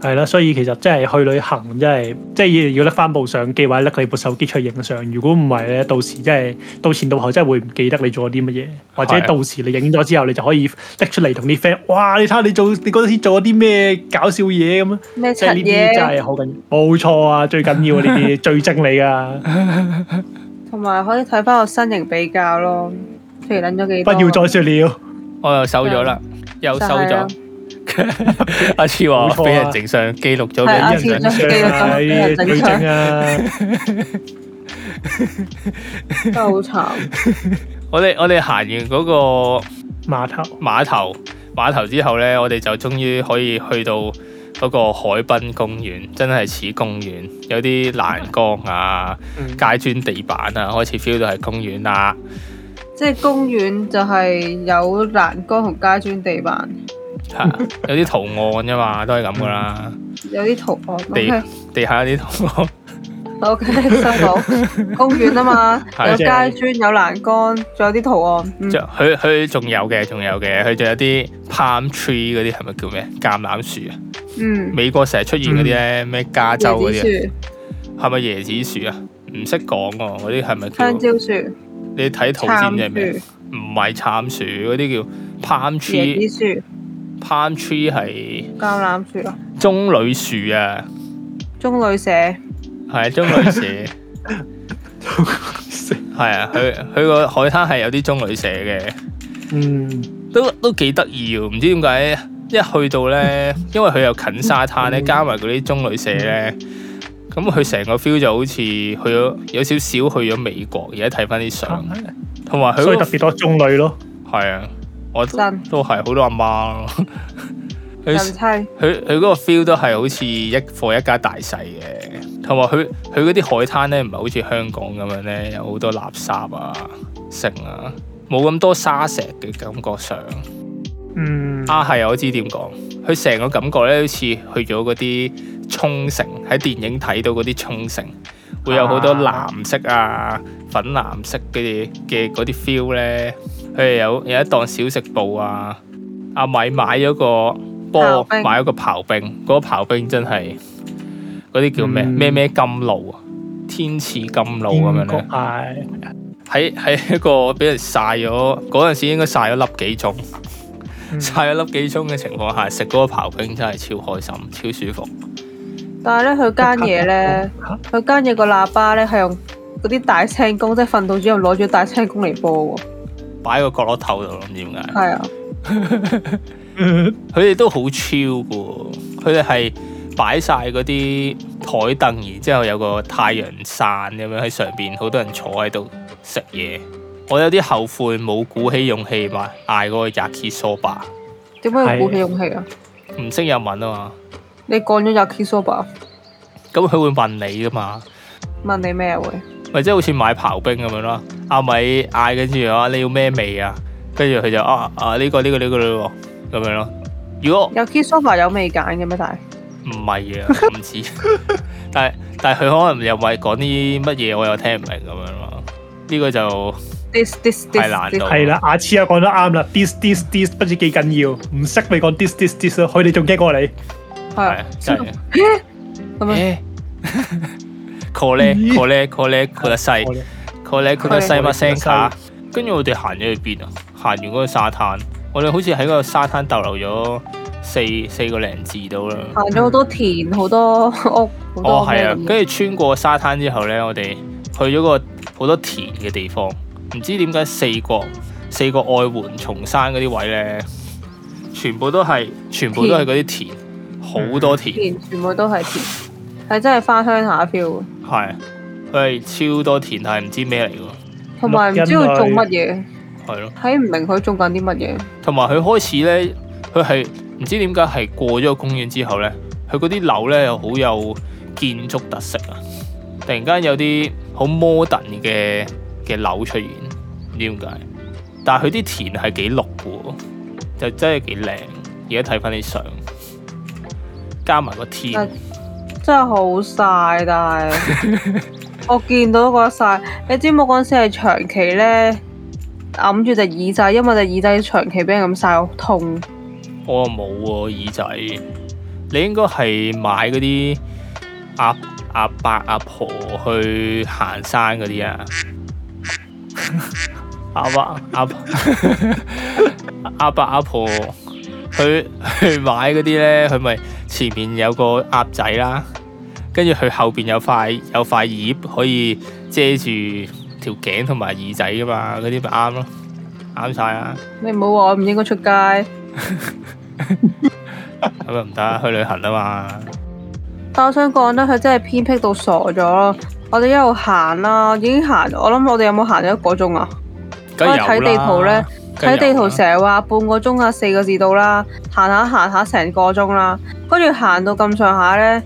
[SPEAKER 2] 係啦，所以其實真係去旅行，真係即係要要拎翻部相機或者拎你部手機出去影相。如果唔係咧，到時真係到前到後真係會唔記得你做咗啲乜嘢，或者
[SPEAKER 1] 係啊
[SPEAKER 2] 到時你影咗之後，你就可以 拎出嚟同啲 friend，哇！你睇下你做你嗰時做咗啲咩搞笑嘢咁啊！
[SPEAKER 3] 咩
[SPEAKER 2] 即係
[SPEAKER 3] 柒
[SPEAKER 2] 呢啲真
[SPEAKER 3] 嘢，
[SPEAKER 2] 係好緊要，冇錯啊！最緊要呢啲最精啊你噶，
[SPEAKER 3] 同埋可以睇翻個身形比較咯，肥撚咗幾
[SPEAKER 2] 不
[SPEAKER 3] 多？
[SPEAKER 2] 要再說了。
[SPEAKER 1] 我又收咗啦，又收咗。 阿超
[SPEAKER 2] 冇錯
[SPEAKER 1] 話
[SPEAKER 2] 啊
[SPEAKER 1] 俾人整相，記錄咗俾
[SPEAKER 3] 係
[SPEAKER 2] À,
[SPEAKER 3] 啊
[SPEAKER 1] 人
[SPEAKER 3] 黐
[SPEAKER 1] 整
[SPEAKER 3] 咗
[SPEAKER 1] 相。
[SPEAKER 3] 機
[SPEAKER 2] ờ,
[SPEAKER 3] 啊俾人整
[SPEAKER 2] 最
[SPEAKER 3] 相
[SPEAKER 2] 精啊！
[SPEAKER 3] 真係好慘。
[SPEAKER 1] 我哋我哋行完嗰個
[SPEAKER 2] 碼頭
[SPEAKER 1] 碼頭碼頭之後咧，我哋就終於可以去到嗰個海濱公園，真係似公園，有啲欄杆啊、
[SPEAKER 2] 嗯
[SPEAKER 1] 街磚地板啊，開始 feel 到係公園啦。
[SPEAKER 3] 即係公園就係有欄杆同街磚地板，
[SPEAKER 1] 係啊有啲圖案啫嘛，都係咁噶啦。
[SPEAKER 3] 有啲圖案。
[SPEAKER 1] 地
[SPEAKER 3] O
[SPEAKER 1] 地下有啲圖案。
[SPEAKER 3] K O K，收 到。公園啊嘛，
[SPEAKER 1] 係
[SPEAKER 3] 有街磚，有欄杆，仲有啲圖案。嗯
[SPEAKER 1] 就佢佢仲有嘅，仲有嘅，佢仲有啲 palm tree 嗰啲係咪叫咩？橄欖樹啊，
[SPEAKER 3] 嗯，
[SPEAKER 1] 美國成日出現嗰啲咧，咩加州嗰
[SPEAKER 3] 椰
[SPEAKER 1] 啲啊啊，
[SPEAKER 3] 子
[SPEAKER 1] 係咪椰子樹啊？唔識講喎，嗰啲係咪
[SPEAKER 3] 樹、香
[SPEAKER 1] 叫？
[SPEAKER 3] 蕉樹、
[SPEAKER 1] 你睇圖知唔知係
[SPEAKER 2] 啊
[SPEAKER 1] 咩？
[SPEAKER 3] 杉樹、
[SPEAKER 1] 唔係杉樹，嗰啲叫 palm
[SPEAKER 3] 椰
[SPEAKER 1] tree。
[SPEAKER 3] 子樹、
[SPEAKER 1] palm tree 係
[SPEAKER 3] 橄欖樹啊，
[SPEAKER 1] 棕櫚樹啊，
[SPEAKER 3] 棕櫚社。
[SPEAKER 1] 係啊棕櫚樹，係啊，佢佢個海灘係有啲棕櫚社嘅。
[SPEAKER 2] 嗯，
[SPEAKER 1] 都都幾得意喎！唔知點解一去到咧，因為佢又近沙灘
[SPEAKER 2] 嗯
[SPEAKER 1] 咧，加埋嗰啲棕櫚社咧，咁佢成個 feel 就好似去咗有少少去咗美國。而家睇翻啲相，同埋佢
[SPEAKER 2] 所以
[SPEAKER 1] 嗰
[SPEAKER 2] 特
[SPEAKER 1] 個
[SPEAKER 2] 別多中女咯。
[SPEAKER 1] 係啊，我都
[SPEAKER 3] 真
[SPEAKER 1] 都係好多阿媽咯。
[SPEAKER 3] 人
[SPEAKER 1] 佢
[SPEAKER 3] 妻係
[SPEAKER 1] 佢佢嗰個 feel 都係好似一貨一家大細嘅，同埋佢佢嗰啲海灘咧唔係好似香港咁樣咧，有好多垃圾啊、剩啊，冇咁多沙石嘅感覺上。
[SPEAKER 2] 嗯，
[SPEAKER 1] 啊，係啊，我知點講，佢成個感覺咧，好似去咗嗰啲沖繩，喺電影睇到嗰啲沖繩，會有好多
[SPEAKER 2] 啊
[SPEAKER 1] 藍色啊、粉藍色嘅嘅嗰啲 feel 咧。佢哋有有一檔小食部啊，阿米買咗個
[SPEAKER 3] 刨
[SPEAKER 1] 波，
[SPEAKER 3] 冰
[SPEAKER 1] 買咗個刨冰，嗰、個刨冰真係嗰啲叫咩
[SPEAKER 2] 嗯
[SPEAKER 1] 咩咩甘露啊，天賜甘露咁樣咧。
[SPEAKER 2] 係
[SPEAKER 1] 喺喺一個俾人曬咗嗰陣時，應該曬咗粒幾鐘，
[SPEAKER 2] 嗯
[SPEAKER 1] 曬咗粒幾鐘嘅情況下，食嗰個刨冰真係超開心、超舒服。
[SPEAKER 3] 但係咧佢間嘢咧，
[SPEAKER 2] 嚇
[SPEAKER 3] 佢間嘢個喇叭咧係用嗰啲大聲公，即係訓導主任攞住大聲公嚟播喎。
[SPEAKER 1] 擺個角落頭度，唔知點解。
[SPEAKER 3] 係啊，
[SPEAKER 1] 佢哋都好超嘅喎，佢哋係擺晒嗰啲台凳，然之後有個太陽傘咁樣喺上邊，好多人坐喺度食嘢。我有啲後悔冇鼓起勇氣買嗌嗰個 yakisoba，
[SPEAKER 3] 點解要鼓起
[SPEAKER 2] 係
[SPEAKER 3] 勇氣啊？
[SPEAKER 1] 唔識日文啊嘛，
[SPEAKER 3] 你講咗有 Kisoba，
[SPEAKER 1] 咁佢會問你噶嘛。
[SPEAKER 3] 問你咩會？
[SPEAKER 1] 咪即係好似買刨冰咁樣咯。阿米嗌跟住啊，你要咩味啊？跟住佢就啊啊呢、個呢、個呢、個呢、個咁樣咯。如果
[SPEAKER 3] 有 Kisoba 有味揀嘅咩？但係
[SPEAKER 1] 唔係啊， 唔知。但係但係佢可能又咪講啲乜嘢，我又聽唔明咁樣咯。呢、個就
[SPEAKER 3] this this this
[SPEAKER 1] 係難
[SPEAKER 3] this-
[SPEAKER 1] 度
[SPEAKER 2] 係啦，阿黐啊講得啱啦，dis dis dis 不知幾緊要，唔識咪講 dis dis dis 咯，佢哋仲驚過你。
[SPEAKER 1] 係啊
[SPEAKER 3] 係
[SPEAKER 1] 真係
[SPEAKER 3] 咁樣
[SPEAKER 1] 誒 call 咧
[SPEAKER 2] 咦
[SPEAKER 1] call 咧 call 咧啊 call 得細
[SPEAKER 2] 我哋
[SPEAKER 1] call 咧 call 得細乜聲
[SPEAKER 2] 我哋
[SPEAKER 1] 卡。跟住我哋行咗去邊啊？行完嗰個沙灘，我哋好似喺個沙灘逗留咗四四個零字到啦。
[SPEAKER 3] 行咗好多田，好多屋，好
[SPEAKER 1] 哦，
[SPEAKER 3] 多
[SPEAKER 1] 係
[SPEAKER 3] 咩
[SPEAKER 1] 啊，
[SPEAKER 3] 咁
[SPEAKER 1] 跟住穿過沙灘之後咧，我哋去咗個好多田嘅地方，唔知點解四個四個愛媛松山嗰啲位咧，全部都係全部都係嗰啲田，好多田，
[SPEAKER 3] 田全部都係田，係真係翻鄉下 feel，
[SPEAKER 1] 係佢係超多田，但係唔知咩嚟喎，
[SPEAKER 3] 同埋唔知佢做乜嘢，
[SPEAKER 1] 係咯，
[SPEAKER 3] 睇唔明佢種緊啲乜嘢。
[SPEAKER 1] 同埋佢開始咧，佢係唔知點解係過咗個公園之後咧，佢嗰啲樓咧又好有建築特色啊，突然間有啲好 modern 嘅嘅樓出現，唔知點解。但係佢啲田係幾綠嘅喎，就真係幾靚。而家睇翻啲相，加埋個天，
[SPEAKER 3] 但真係好晒，但係我見到都覺得晒。你知唔知我嗰陣時係長期咧揞住隻耳仔，因為隻耳仔長期俾人咁晒，好痛。
[SPEAKER 1] 我又冇喎耳仔，你應該係買嗰啲阿阿伯阿婆去行山嗰啲啊， 阿伯阿 阿伯阿婆去去買嗰啲咧，佢咪前面有個鴨仔啦，跟住佢後邊有塊有塊葉可以遮住條頸同埋耳仔噶嘛，嗰啲咪啱咯，啱晒啊！
[SPEAKER 3] 你唔好話我唔應該出街，
[SPEAKER 1] 咁又唔得，去旅行啊嘛。
[SPEAKER 3] 但我想講咧，佢真係偏僻到傻咗咯。我哋一路行啦，已經行，我諗我哋有冇行咗一個鐘啊？
[SPEAKER 1] 梗係有啦
[SPEAKER 3] 睇地圖呢，
[SPEAKER 1] 梗係
[SPEAKER 3] 睇
[SPEAKER 1] 有
[SPEAKER 3] 地圖
[SPEAKER 1] 啦
[SPEAKER 3] 成日話半個鐘啊，四個字到啦，行下行下成個鐘啦，跟住行到咁上下呢，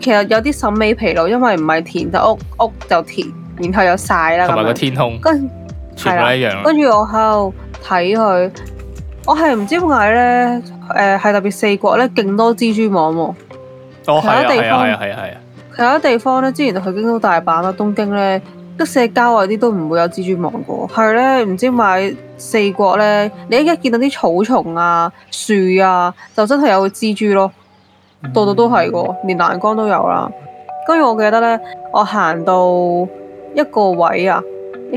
[SPEAKER 3] 其實有啲審美疲勞，因為唔係田就屋，屋就田，然後又晒啦
[SPEAKER 1] 同埋個
[SPEAKER 3] 咁樣。
[SPEAKER 1] 天啊空
[SPEAKER 3] 跟
[SPEAKER 1] 全部
[SPEAKER 3] 係
[SPEAKER 1] 都
[SPEAKER 3] 啦
[SPEAKER 1] 一樣啦。
[SPEAKER 3] 跟住我喺度睇佢，我係唔知點解呢，誒、係特別四國呢，勁多蜘蛛網喎、
[SPEAKER 1] 哦，係啊，
[SPEAKER 3] 其他地
[SPEAKER 1] 係啊，
[SPEAKER 3] 方
[SPEAKER 1] 係啊，係啊，係啊。
[SPEAKER 3] 其他地方咧，之前去京都、大阪啦、東京咧，即使郊外啲都唔會有蜘蛛網嘅喎。係咧，唔知買四國咧，你一見到啲草叢啊、樹啊，就真係有蜘蛛咯，度度都係嘅，連欄杆都有啦。跟住我記得咧，我行到一個位啊，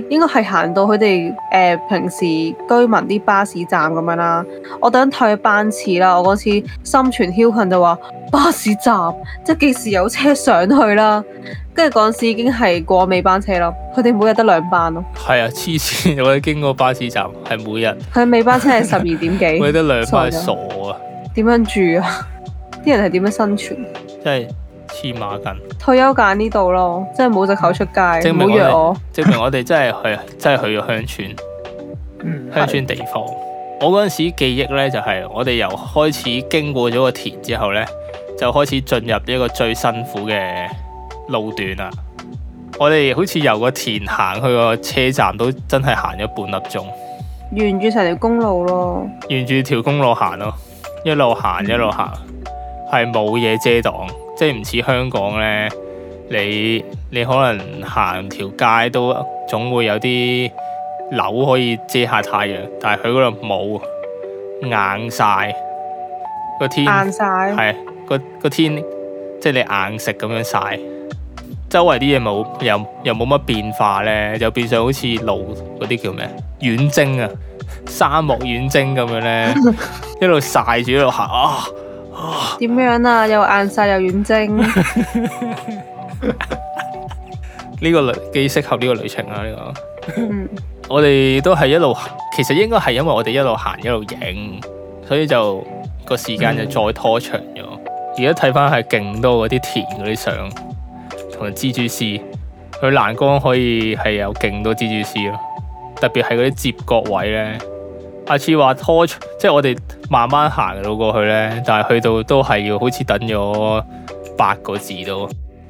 [SPEAKER 3] 應該係行到佢哋誒平時居民啲巴士站咁樣啦。我等睇班次啦，我嗰次心存僥倖就話巴士站。即係幾時有車上去啦？跟住嗰陣時已經係過尾班車咯，佢哋每日得兩班咯，
[SPEAKER 1] 係啊，黐線！ 我哋經過巴士站，係每日
[SPEAKER 3] 佢尾班車 係十二點
[SPEAKER 1] 每日
[SPEAKER 3] 幾，
[SPEAKER 1] 得兩班係
[SPEAKER 3] 傻
[SPEAKER 1] 傻啊，
[SPEAKER 3] 點樣住啊？ 啲人係點樣生存？
[SPEAKER 1] 真係黐孖筋。
[SPEAKER 3] 退休揀呢度咯，即係冇隻口出街，
[SPEAKER 1] 證
[SPEAKER 3] 唔
[SPEAKER 1] 明
[SPEAKER 3] 好約
[SPEAKER 1] 我
[SPEAKER 3] 我。
[SPEAKER 1] 證明我哋真係去，真係去咗鄉村。
[SPEAKER 2] 嗯，
[SPEAKER 1] 鄉村地方。我嗰陣時記憶咧，就係、我哋由開始經過咗個田之後咧，就開始進入一個最辛苦嘅路段啦。我哋好似由個田行去個車站，都真係行咗半粒鐘，
[SPEAKER 3] 沿住成條公路咯，
[SPEAKER 1] 沿住條公路行咯，一路行一路行，係冇嘢遮擋，即係唔似香港咧，你你可能行條街都總會有啲樓可以遮下太陽，但係佢嗰度冇，硬晒個天
[SPEAKER 3] 硬晒。
[SPEAKER 1] 嗯係個個天，即係你硬食咁樣晒，周圍啲嘢冇又又冇乜變化咧，就變相好似路嗰啲叫咩遠征啊，沙漠遠征咁樣咧，一路晒住一路行啊，
[SPEAKER 3] 點樣啊？又硬晒又遠征，
[SPEAKER 1] 呢、個旅幾適合呢個旅程啊呢、個。
[SPEAKER 3] 嗯，
[SPEAKER 1] 我哋都係一路，其實應該係因為我哋一路行一路影，所以就個時間就再拖長咗。而家睇翻係勁多嗰啲田嗰啲相，同埋蜘蛛絲，佢欄杆可以係有勁多蜘蛛絲咯。特別係嗰啲接角位咧，阿次話拖長，即係我哋慢慢行到過去咧，但係去到都係要好似等咗八個字都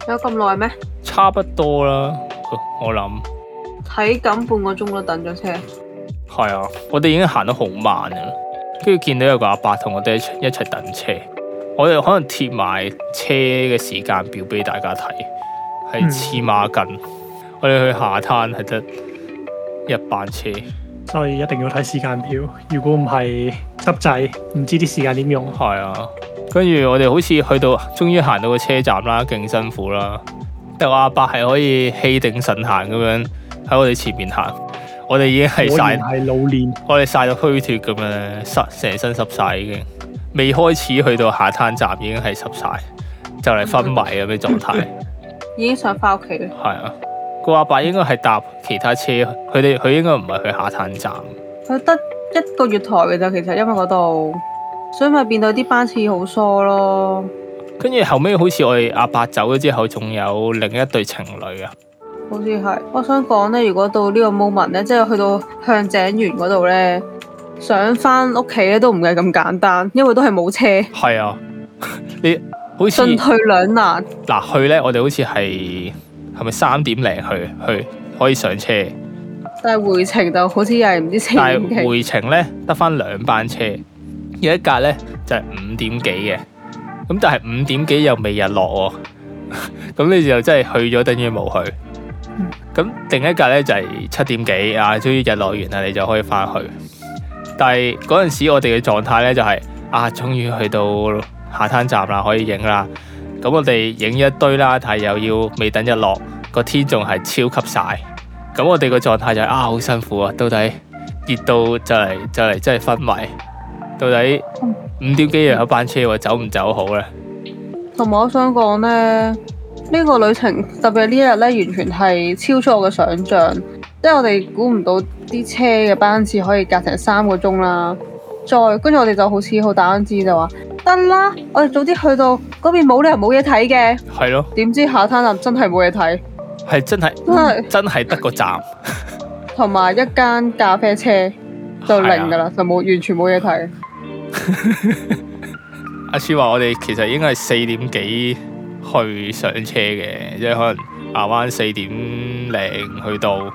[SPEAKER 3] 有咁耐咩？
[SPEAKER 1] 差不多啦，我諗。
[SPEAKER 3] 睇緊半個鐘都等咗車，
[SPEAKER 1] 係啊，我哋已經行得好慢噶啦，跟住見到有個阿伯同我哋一齊一齊等車，我哋可能貼埋車嘅時間表俾大家睇，係
[SPEAKER 2] 嗯
[SPEAKER 1] 黐孖筋。我哋去下灘係得一班車，
[SPEAKER 2] 所以一定要睇時間表，如果唔係濕滯，唔知啲時間點用。
[SPEAKER 1] 係啊。跟住我哋好似去到，終於行到個車站啦，勁辛苦啦。但個阿伯係可以氣定神閒咁樣喺我哋前面行，我哋已經係
[SPEAKER 2] 果
[SPEAKER 1] 晒
[SPEAKER 2] 然。係老練，
[SPEAKER 1] 我哋晒到虛脱咁樣咧，濕成身濕晒已經，未開始去到下灘站已經係濕晒，就嚟昏迷咁嘅狀態。
[SPEAKER 3] 已經想翻屋企啦。
[SPEAKER 1] 係啊，個阿伯應該係搭其他車，佢哋佢應該唔係去下灘站。
[SPEAKER 3] 佢得一個月台嘅咋，其實因為嗰度，所以咪變到啲班次好疏咯。
[SPEAKER 1] 跟住後尾好似我哋阿伯走咗之後，仲有另一對情侶啊，
[SPEAKER 3] 好似係，我想講咧，如果到呢個 moment 咧，即係去到向井園嗰度咧，想翻屋企咧都唔係咁簡單，因為都係 冇車，
[SPEAKER 1] 係啊，你好似
[SPEAKER 3] 進退兩難。
[SPEAKER 1] 嗱去呢，我哋好似係係咪三點零去去可以上車，
[SPEAKER 3] 但係回程就好似又 係唔知四
[SPEAKER 1] 但
[SPEAKER 3] 點
[SPEAKER 1] 係
[SPEAKER 3] 幾，
[SPEAKER 1] 回程呢，得翻兩班車，有一架呢就係五點幾嘅，咁但係五點幾又未日落喎， 咁你就真係去咗等於冇去。咁另一架呢就係七點幾啊，終於日落完啦，你就可以翻去。但係嗰陣時我哋嘅狀態呢，就係、啊，終於去到下灘站啦，可以影啦。咁我哋影咗一堆啦，但係又要未等日落，個天仲係超級晒。咁我哋個狀態就係、啊好辛苦啊，到底熱到就嚟就嚟真係昏迷，到底五點幾又有班車喎，走唔走好咧？
[SPEAKER 3] 同埋我想講咧，呢、呢個旅程特別呢一日咧，完全係超出我嘅想像。即係我哋估唔到啲車嘅班次可以隔成三個鐘啦。再跟住我哋就好似好打緊字就話得啦，我哋早啲去到嗰邊冇理由冇嘢睇嘅。
[SPEAKER 1] 係咯，
[SPEAKER 3] 點知下灘站真係冇嘢睇，
[SPEAKER 1] 係真係
[SPEAKER 3] 真係
[SPEAKER 1] 真係得個站，
[SPEAKER 3] 同埋一間咖啡車就零㗎
[SPEAKER 1] 啊
[SPEAKER 3] 啦，就冇完全冇嘢睇。
[SPEAKER 1] 阿超話：我哋其實應該係四點幾去上車嘅，即係可能亞灣四點零去到，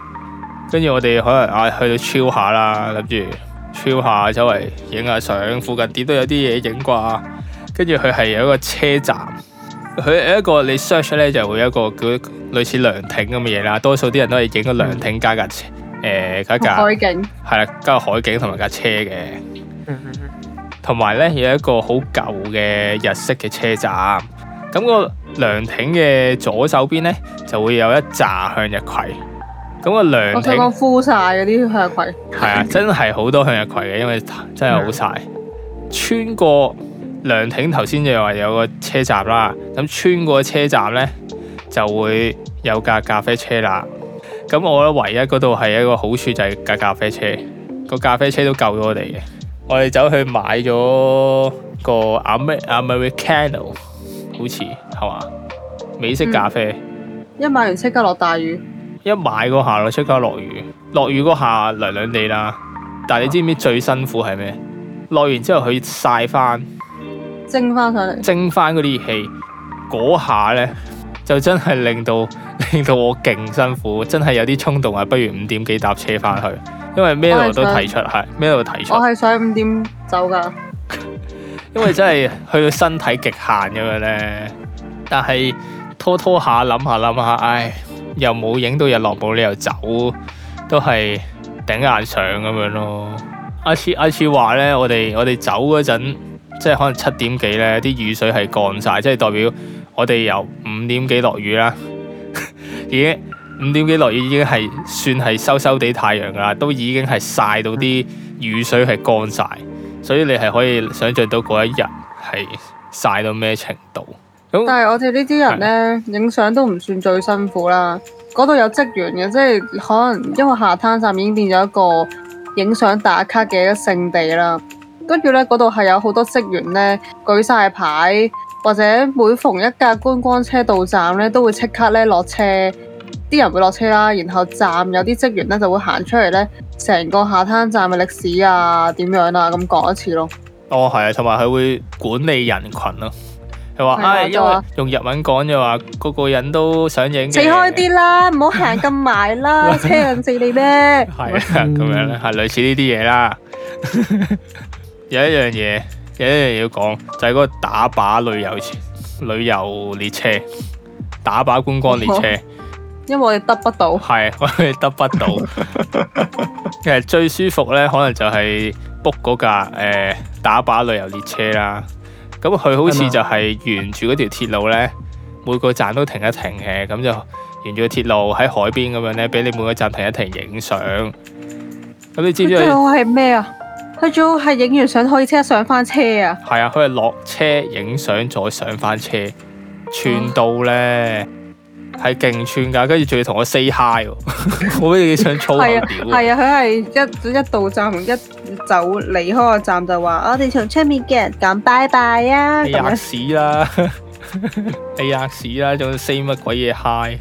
[SPEAKER 1] 跟住我哋可能啊去到超下啦，諗住超下周圍影下相，附近點都有啲嘢影啩。跟住佢係有一個車站，佢有一個你 search 咧就會有一個叫類似涼亭咁嘅嘢啦，多數啲人都係影個涼亭加架車，誒加架
[SPEAKER 3] 海景
[SPEAKER 1] 係啦，加個海景同埋架車嘅。同埋咧有一個好舊嘅日式嘅車站。咁、個涼亭嘅左手邊咧就會有一紮向日葵。咁、個涼
[SPEAKER 3] 我想
[SPEAKER 1] 亭
[SPEAKER 3] 講 full 晒嗰啲向日葵，
[SPEAKER 1] 係啊，真係好多向日葵嘅，因為真係好晒。穿過涼亭頭先就話有個車站啦，咁穿過車站咧就會有架咖啡車啦。咁我覺得唯一嗰度係一個好處就係架咖啡車，個咖啡車都救咗我哋嘅。我哋走去買咗個 Amer Americano，好似係嘛美式咖啡。
[SPEAKER 3] 一買完即刻落大雨。
[SPEAKER 1] 一買嗰下咯，出街落雨，落雨嗰下涼涼地啦。但係你知唔知最辛苦係咩？落完之後佢晒翻，
[SPEAKER 3] 蒸翻上嚟，
[SPEAKER 1] 蒸翻嗰啲熱氣，嗰下呢，就真係令到 令到我勁辛苦，真係有啲衝動啊！不如五點幾搭車翻去，因為咩路都提出係咩路提出
[SPEAKER 3] 我，係想五點走㗎，
[SPEAKER 1] 因為真係去到身體極限咁樣呢。但係拖拖下諗下諗下，唉，又冇影到日落，冇理由走，都係頂硬上咁樣咯。阿次阿次話呢，我哋我哋走嗰陣，即係可能七點幾呢啲雨水係降晒，即係代表我哋由五點幾落雨啦， 已經五點幾落雨已經係算係收收地太陽㗎啦，都已經係晒到啲雨水係乾晒，所以你係可以想像到嗰一日係晒到咩程度。咁
[SPEAKER 3] 但係我哋呢啲人咧，影相都唔算最辛苦啦。嗰度有職員嘅，即係可能因為下灘站已經變咗一個影相打卡嘅一個聖地啦。跟住咧，嗰度係有好多職員咧舉晒牌，或者每逢一架觀光車到站咧，都會即刻咧落車，啲人會落車啦。然後站有啲職員咧就會行出嚟咧，成個下灘站嘅歷史啊點樣啊咁講一次咯。
[SPEAKER 1] 哦，係啊，同埋佢會管理人群咯。佢話：，
[SPEAKER 3] 係啊
[SPEAKER 1] 唉，因
[SPEAKER 3] 就
[SPEAKER 1] 為
[SPEAKER 3] 話
[SPEAKER 1] 用日文講就話，個個人都想影嘅。
[SPEAKER 3] 死開啲啦，唔好行咁埋 啦，車人死你咩？
[SPEAKER 1] 係啊，咁樣咧，係類似呢啲嘢啦。有一樣嘢，有一樣嘢要講，就係嗰個打靶旅遊旅遊列車，打靶觀光列
[SPEAKER 3] 哦
[SPEAKER 1] 車，
[SPEAKER 3] 因為我哋得不到，
[SPEAKER 1] 係我哋得不 到。其實最舒服咧，可能就係 book 嗰架誒、呃打靶旅遊列車啦。咁佢好似就係沿住嗰條鐵路咧，每個站都停一停嘅，咁就沿住個鐵路喺海邊咁樣咧，俾你每個站停一停影相。咁你知
[SPEAKER 3] 佢
[SPEAKER 1] 唔知
[SPEAKER 3] 最
[SPEAKER 1] 佢？
[SPEAKER 3] 好係咩啊？佢最好係影完相可以即刻上翻車啊！
[SPEAKER 1] 係啊，佢係落車影相再上翻車，串到
[SPEAKER 3] 啊
[SPEAKER 1] 咧係勁串㗎，跟住仲要同我 say hi 喎， 我覺得幾想粗口
[SPEAKER 3] 係啊，
[SPEAKER 1] 屌啊。
[SPEAKER 3] 係啊，佢係一一到站一走離開個站就話：我哋同出面嘅人講拜拜啊！
[SPEAKER 1] 你
[SPEAKER 3] 咁
[SPEAKER 1] 吔
[SPEAKER 3] 樣
[SPEAKER 1] 屎啦， 你吔屎啦，仲 say 乜鬼嘢 hi？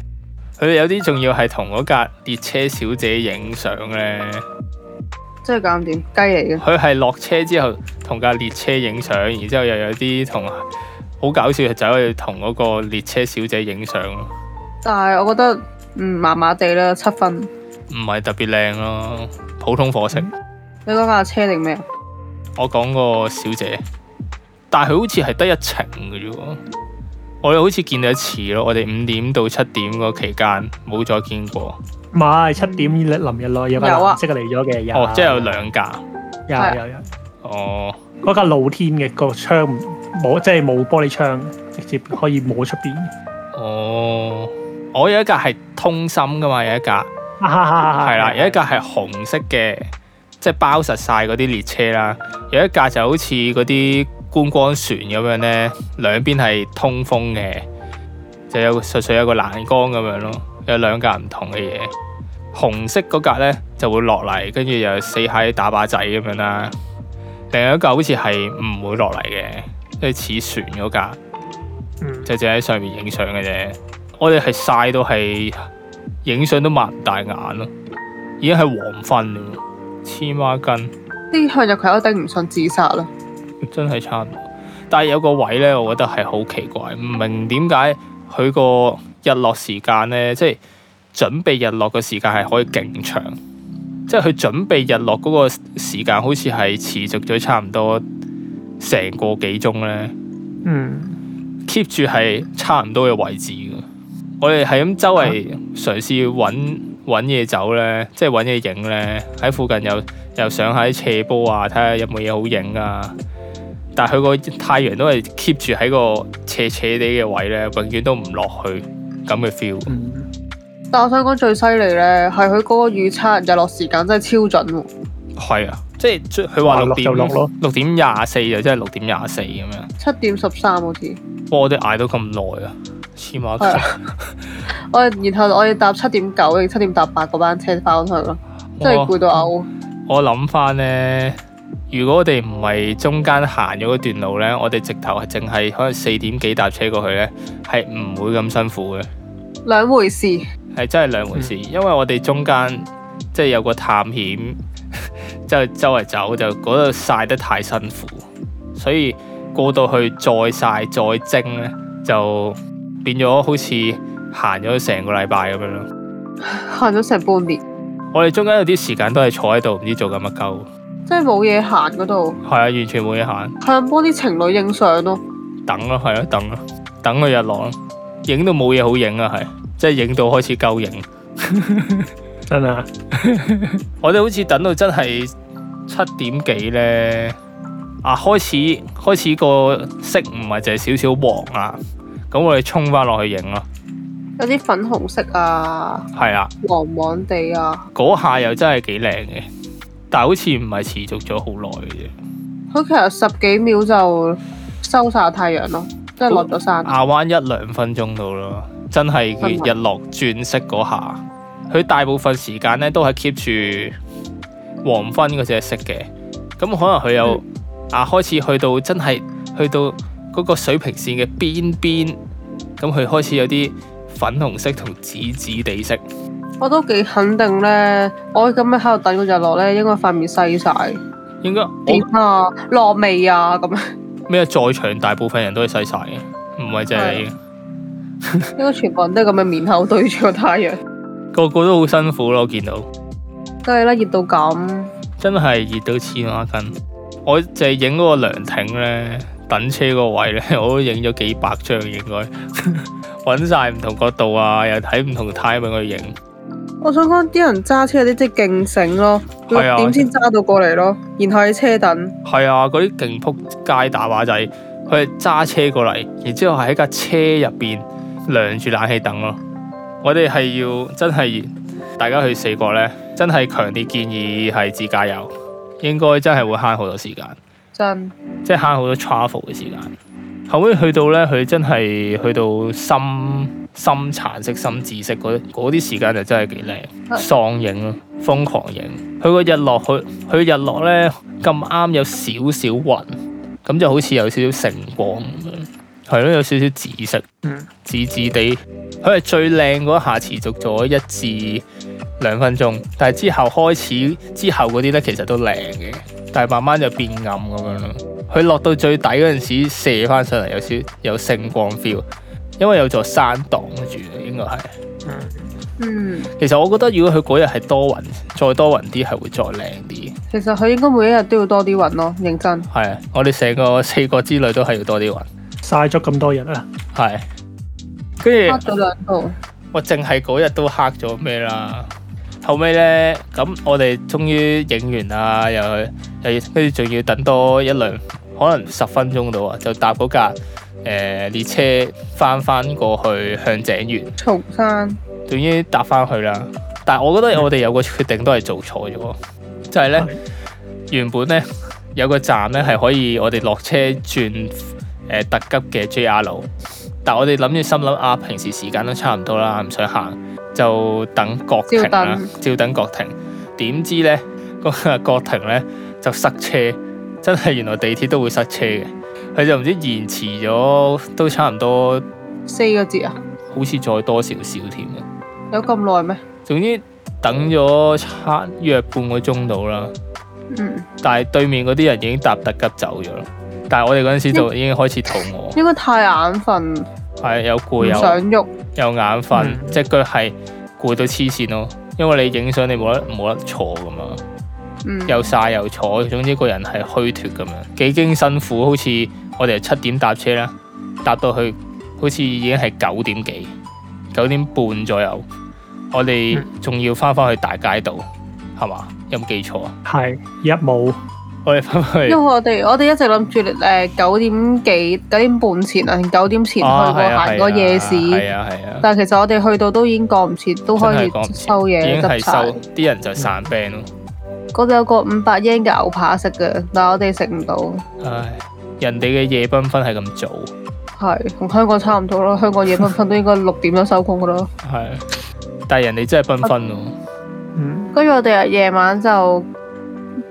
[SPEAKER 1] 佢哋有啲仲要係同嗰架列車小姐影相咧，
[SPEAKER 3] 真係搞唔掂，雞嚟嘅。
[SPEAKER 1] 佢係落車之後同架列車影相，然之後又有啲同好搞笑，就走去同嗰個列車小姐影相咯，
[SPEAKER 3] 但係我覺得嗯麻麻地啦，七分。
[SPEAKER 1] 唔係特別靚咯，普通伙食。
[SPEAKER 3] 嗯你講架車定咩啊？
[SPEAKER 1] 我講個小姐，但係佢好似係得一程嘅啫喎。我哋好似見到一次咯，我哋五點到七點嗰期間冇再見過。
[SPEAKER 2] 唔係七點臨日內有架
[SPEAKER 3] 有啊
[SPEAKER 2] 藍色嘅嚟咗嘅，有 dạ,
[SPEAKER 1] 哦，即係有兩架。
[SPEAKER 2] 有有有
[SPEAKER 1] 哦，
[SPEAKER 2] 嗰架露天嘅個窗冇即係冇玻璃窗，直接可以摸出邊。
[SPEAKER 1] 哦，我有一架係通心噶嘛，有一架係
[SPEAKER 2] 啊係
[SPEAKER 1] 啦，有一架係紅色嘅，即係包實晒嗰啲列車啦。有一架就好似嗰啲觀光船咁樣咧，兩邊係通風嘅，就有純粹有個欄杆咁樣咯。有兩架唔同嘅嘢，紅色嗰架咧就會落嚟，跟住又死喺打靶仔咁樣啦。另一架好似係唔會落嚟嘅，即係似船嗰架。
[SPEAKER 2] 嗯
[SPEAKER 1] 就淨係喺上面影相嘅啫。我哋係晒到係影相都擘唔大眼咯，已經係黃昏啦，黐孖筋，
[SPEAKER 3] 啲向日葵都頂唔順自殺啦。
[SPEAKER 1] 真係差唔多。但係有個位咧，我覺得係好奇怪，唔明點解佢個日落時間咧，即係準備日落嘅時間係可以勁長，即係佢準備日落嗰個時間好似係持續咗差唔多成個幾鐘咧。
[SPEAKER 2] 嗯
[SPEAKER 1] keep 住係差唔多嘅位置嘅。我哋係咁周圍
[SPEAKER 2] 啊
[SPEAKER 1] 嘗試揾揾嘢走咧，即係揾嘢影咧，喺附近又又上下啲斜坡啊，睇下有冇嘢好影啊。但係佢個太陽都係 keep 住喺個斜斜地嘅位咧，永遠都唔落去咁嘅 feel。
[SPEAKER 2] 嗯
[SPEAKER 3] 但我想講最犀利咧，係佢嗰個預測日落時間真係超準喎。
[SPEAKER 1] 係啊，即係即係佢話
[SPEAKER 2] 話
[SPEAKER 1] 六
[SPEAKER 2] 落就
[SPEAKER 1] 點
[SPEAKER 2] 落咯
[SPEAKER 1] 六點廿四就真係六點廿四咁樣。
[SPEAKER 3] 七點十三好似，
[SPEAKER 1] 哇！我哋捱到咁耐啊，黐孖筋
[SPEAKER 3] 係啊我哋然後我哋搭七點九定七點搭八嗰班車翻去咯，真係攰到嘔。
[SPEAKER 1] 我諗翻呢，如果我哋唔係中間行咗嗰段路呢，我哋直頭係淨係可能四點幾搭車過去呢，係唔會咁辛苦嘅，
[SPEAKER 3] 兩回事，
[SPEAKER 1] 係真係兩回事。因為我哋中間即係有個探險， 就周圍走就嗰度曬得太辛苦，所以過到去再曬再蒸呢，就變咗好似行咗成個禮拜咁樣咯。
[SPEAKER 3] 行咗成半年，
[SPEAKER 1] 我哋中間有啲時間都係坐喺度，唔知做緊乜鳩，
[SPEAKER 3] 真係冇嘢行嗰度，
[SPEAKER 1] 係啊，完全冇嘢行。
[SPEAKER 3] 係咁幫啲情侶影相咯。
[SPEAKER 1] 等咯，係啊，等咯，等佢日落咯，影到冇嘢好影啊，係，即係影到開始夠影。
[SPEAKER 2] 真啊，
[SPEAKER 1] 我哋好似等到真係七點幾咧，啊開始開始個色唔係就係少少黃啦，咁我哋衝翻落去影咯，
[SPEAKER 3] 有啲粉紅色啊，
[SPEAKER 1] 係啦，
[SPEAKER 3] 黃黃地啊，
[SPEAKER 1] 嗰下又真係幾靚嘅，但係好似唔係持續咗好耐嘅啫。
[SPEAKER 3] 佢其實十幾秒就收晒太陽咯，即係落咗山。
[SPEAKER 1] 亞灣一兩分鐘到咯，真係佢日落轉色嗰下，佢大部分時間咧都係 keep 住黃昏嗰隻色嘅，咁可能佢又啊開始去到真係去到嗰個水平線嘅邊邊，咁佢開始有啲粉紅色同紫紫地色，
[SPEAKER 3] 我都幾肯定咧，我咁樣喺度等個日落咧，應該塊面細晒。
[SPEAKER 1] 應該我
[SPEAKER 3] 點啊，落味啊咁樣，
[SPEAKER 1] 咩在場大部分人都係細晒嘅，唔係就係你嘅
[SPEAKER 3] 應該全部人都係咁樣面口對住個太陽。
[SPEAKER 1] 個個都好辛苦咯，我見到。
[SPEAKER 3] 梗係啦，熱到咁，
[SPEAKER 1] 真係熱到黐孖筋。我就係影嗰個涼亭咧，等車嗰個位咧， 我都影咗幾百張應該， 揾晒唔同角度啊，又睇唔同 timing 去影。
[SPEAKER 3] 我想講啲人揸車嗰啲即係勁醒咯，六
[SPEAKER 1] 係啊
[SPEAKER 3] 點先揸到過嚟咯，然後喺車等，
[SPEAKER 1] 係啊，嗰啲勁撲街打靶仔，佢係揸車過嚟，然之後係喺架車入邊涼住冷氣等咯。我哋係要真係大家去四國咧，真係強烈建議係自駕遊，應該真係會慳好多時間。
[SPEAKER 3] 真
[SPEAKER 1] 即係慳好多 travel 嘅時間。後尾去到咧，佢真係去到深深橙色、深紫色嗰嗰啲時間就真係幾靚，
[SPEAKER 3] 係
[SPEAKER 1] 喪影咯，瘋狂影。佢個日落，佢佢日落咧咁啱有少少雲，咁就好似有少少晨光咁樣，係咯，有少少紫色，
[SPEAKER 2] 嗯
[SPEAKER 1] 紫紫地。佢係最靚嗰一下持續咗一至兩分鐘，但係之後開始之後嗰啲咧其實都靚嘅，但係慢慢就變暗咁樣咯。佢落到最底嗰陣時射翻上嚟有少有聖光 feel，因為有座山擋住應該係。
[SPEAKER 3] 嗯，
[SPEAKER 1] 其實我覺得如果佢嗰日係多雲，再多雲啲係會再靚啲。
[SPEAKER 3] 其實佢應該每一日都要多啲運咯，認真。
[SPEAKER 1] 係啊，我哋成個四國之旅都係要多啲雲。
[SPEAKER 2] 晒咗咁多日啊，
[SPEAKER 1] 係，跟
[SPEAKER 3] 黑
[SPEAKER 1] 住。
[SPEAKER 3] 咗兩度，
[SPEAKER 1] 我淨係嗰日都黑咗咩啦。後尾呢，咁我哋終於影完啦，又去，又跟住仲要等多一兩可能十分鐘到啊，就搭嗰架誒列車翻翻過去向井園，
[SPEAKER 3] 重山
[SPEAKER 1] 總之搭翻去啦。但係我覺得我哋有個決定都係做錯咗，就嗯係、呢。
[SPEAKER 2] 係
[SPEAKER 1] 原本咧有個站咧係可以我哋落車轉誒、呃特急嘅 JR，但我哋諗住心諗啊，平時時間都差唔多啦，唔想行，就等國停啦，照等國停。點知咧嗰個國停咧就塞車，真係原來地鐵都會塞車嘅，佢就唔知延遲咗都差唔多，
[SPEAKER 3] 四個字啊，
[SPEAKER 1] 好似再多少少添啊嘅。
[SPEAKER 3] 有咁耐咩？
[SPEAKER 1] 總之等咗差約半個鐘到啦。
[SPEAKER 3] 嗯，
[SPEAKER 1] 但係對面嗰啲人已經搭特急走咗啦。但係我哋嗰陣時就已經開始肚 餓，
[SPEAKER 3] 應該太眼瞓，
[SPEAKER 1] 係有攰
[SPEAKER 3] 唔
[SPEAKER 1] 有
[SPEAKER 3] 想喐。
[SPEAKER 1] 有眼瞓，
[SPEAKER 2] 嗯
[SPEAKER 1] 隻腳係攰到黐線咯。因為你影相你冇得冇得坐噶嘛，
[SPEAKER 3] 嗯，
[SPEAKER 1] 又晒又坐，總之個人係虛脱咁樣，幾經辛苦。好似我哋係七點搭車啦，搭到去好似已經係九點幾、九點半左右，我哋仲要翻返去大街度，係嘛？有冇記錯啊？
[SPEAKER 2] 係一冇
[SPEAKER 1] 我哋翻返去
[SPEAKER 3] 因為。我哋我哋一直諗住誒九點幾九點半前啊，九點前去過行過夜市，
[SPEAKER 1] 啊係啊係啊，
[SPEAKER 3] 但係其實我哋去到都已經趕唔切，都開
[SPEAKER 1] 真係
[SPEAKER 3] 始
[SPEAKER 1] 趕唔切
[SPEAKER 3] 收
[SPEAKER 1] 已
[SPEAKER 3] 嘢
[SPEAKER 1] 經係
[SPEAKER 3] 執晒
[SPEAKER 1] 收。啲人就散 band 咯。
[SPEAKER 3] 嗰度有個五百 yen 嘅牛扒食嘅，但係我哋食唔到。
[SPEAKER 1] 唉，人哋嘅夜繽紛係咁早，
[SPEAKER 3] 係同香港差唔多咯，香港夜繽紛都應該六點都收工噶咯。
[SPEAKER 1] 係，但係人哋真係繽紛咯。
[SPEAKER 3] 哦
[SPEAKER 2] 嗯
[SPEAKER 3] 跟住我哋啊夜晚就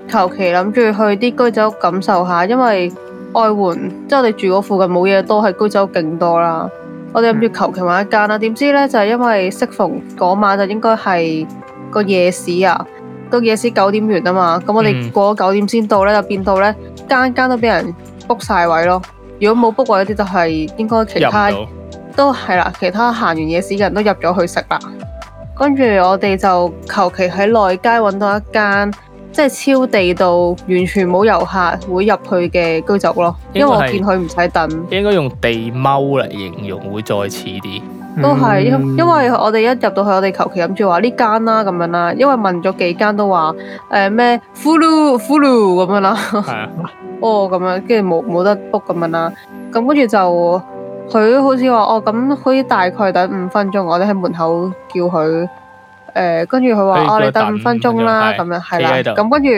[SPEAKER 3] 求其諗住去啲居酒屋感受下，因為外援即係我哋住嗰附近冇嘢多，係居酒屋勁多啦。我哋諗住
[SPEAKER 1] 嗯
[SPEAKER 3] 求其揾一間啦，點知呢？就係、因為適逢嗰晚就應該係個夜市啊，個夜市九點完啊嘛，咁我
[SPEAKER 1] 嗯
[SPEAKER 3] 哋過咗九點先到呢，就變到呢間間都俾人 book 晒位咯。如果冇 book 位嗰啲，就係應該其
[SPEAKER 1] 入唔
[SPEAKER 3] 他
[SPEAKER 1] 到，
[SPEAKER 3] 都係啦，其他行完夜市嘅人都入咗去食啦。跟住我哋就求其喺內街揾到一間，即係超地道，完全冇遊客會入去嘅居酒屋咯。因為我見佢唔使等，
[SPEAKER 1] 應該用地踎嚟形容會再似 啲。
[SPEAKER 3] 都係因
[SPEAKER 2] 嗯
[SPEAKER 3] 因為我哋一入到去，我哋求其諗住話呢間啦咁樣啦，因為問咗幾間都話誒咩 fulu fulu 咁樣啦。
[SPEAKER 1] 係啊，
[SPEAKER 3] 哦咁樣，跟住冇冇得 book 咁樣啦。咁跟住就佢好似話哦，咁可以大概等五分鐘，我哋喺門口叫佢誒，跟住佢
[SPEAKER 1] 佢
[SPEAKER 3] 話哦，
[SPEAKER 1] 叫
[SPEAKER 3] 你
[SPEAKER 1] 佢等
[SPEAKER 3] 等五分鐘啦，
[SPEAKER 1] 咁
[SPEAKER 3] 咁
[SPEAKER 1] 樣
[SPEAKER 3] 樣係
[SPEAKER 1] 企
[SPEAKER 3] 啦。
[SPEAKER 1] 喺度
[SPEAKER 3] 咁跟住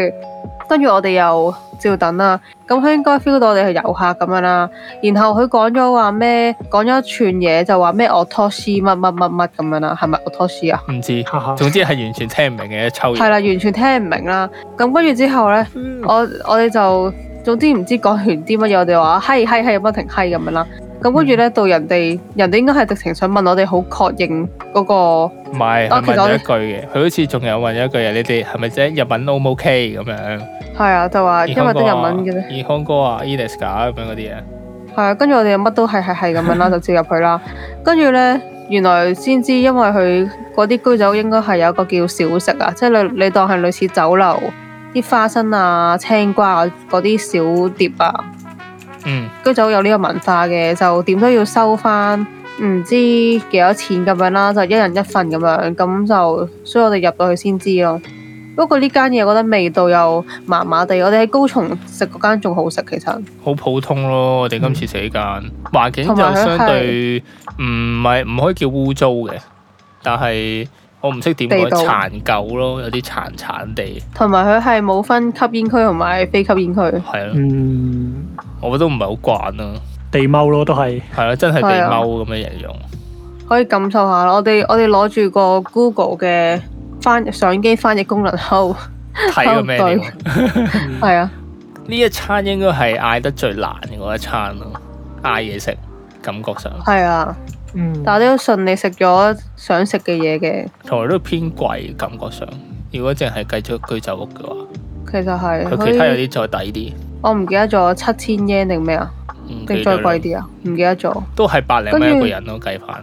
[SPEAKER 3] 跟住我哋又照等啦。咁佢應該 feel 到我哋係遊客咁樣啦。然後佢講咗話咩？講咗一串嘢就話咩 o t o s i 乜乜乜乜咁樣啦，係咪 o t o s i 啊？
[SPEAKER 1] 唔知，
[SPEAKER 2] 哈哈
[SPEAKER 1] 總之係完全聽唔明嘅一抽
[SPEAKER 3] 係
[SPEAKER 1] 嘢。
[SPEAKER 3] 啦，完全聽唔明啦。咁跟住之後咧，我我哋就總之唔知講完啲乜嘢，我哋話係係係不停係咁樣啦。咁跟住咧，到人哋人哋應該係直情想問我哋好確認嗰、個
[SPEAKER 1] 唔係，佢
[SPEAKER 3] 我哦其
[SPEAKER 1] 問
[SPEAKER 3] 實
[SPEAKER 1] 咗
[SPEAKER 3] 我
[SPEAKER 1] 一句嘅，佢好似仲有問咗一句嘢，你哋係咪即係日文 O 唔 OK 咁樣？
[SPEAKER 3] 係啊，就話因為都
[SPEAKER 1] 日
[SPEAKER 3] 日文嘅啫，
[SPEAKER 1] 啫。二康哥啊 e d i s 咁樣嗰啲啊，
[SPEAKER 3] 係啊。跟住我哋乜都係係係咁樣啦，就照入去啦。跟住咧，原來先知因為佢嗰啲居酒應該係有一個叫小食啊，即係你你當係類似酒樓啲花生啊、青瓜啊嗰啲小碟啊。
[SPEAKER 1] 嗯，
[SPEAKER 3] 居酒屋有呢個文化嘅，就點都要收翻唔知幾多錢咁樣啦，就一人一份咁樣，咁就所以我哋入到去先知咯。不過呢間嘢我覺得味道又麻麻地，我哋喺高松食嗰間仲好食，其實
[SPEAKER 1] 好普通咯。我哋今次死間環境就
[SPEAKER 3] 嗯同埋佢
[SPEAKER 1] 相對唔係唔可以叫污糟嘅，但係我唔識點講
[SPEAKER 3] 地道
[SPEAKER 1] 殘舊咯，有啲殘殘地
[SPEAKER 3] 同埋佢係冇分吸煙區同埋非吸煙區，
[SPEAKER 1] 係咯。
[SPEAKER 2] 嗯
[SPEAKER 1] 我都唔係好慣啦，
[SPEAKER 2] 地踎咯，都係
[SPEAKER 1] 係咯，真係
[SPEAKER 3] 係
[SPEAKER 1] 地
[SPEAKER 3] 啊
[SPEAKER 1] 踎咁樣形容。
[SPEAKER 3] 可以感受下咯。我哋我哋攞住個 Google 嘅翻相機翻譯功能後，
[SPEAKER 1] 睇個咩料？ 嗯
[SPEAKER 3] 係啊，
[SPEAKER 1] 呢一餐應該係嗌得最難嘅嗰一餐咯，嗌嘢食感覺上，
[SPEAKER 3] 係啊，
[SPEAKER 2] 嗯
[SPEAKER 3] 但我哋都順利食咗想食嘅嘢嘅，
[SPEAKER 1] 同埋都偏貴感覺上。如果淨係繼續居酒屋嘅話，
[SPEAKER 3] 其實係
[SPEAKER 1] 佢
[SPEAKER 3] 可
[SPEAKER 1] 其
[SPEAKER 3] 以
[SPEAKER 1] 他有啲再抵
[SPEAKER 3] 我唔記得咗七千 yen 定咩啊？
[SPEAKER 1] 啲，唔
[SPEAKER 3] 定
[SPEAKER 1] 記
[SPEAKER 3] 再
[SPEAKER 1] 得
[SPEAKER 3] 貴
[SPEAKER 1] 啦，
[SPEAKER 3] 啲啊？唔記得咗，
[SPEAKER 1] 都係百零蚊
[SPEAKER 3] 跟
[SPEAKER 1] 一
[SPEAKER 3] 住
[SPEAKER 1] 個人咯，計翻。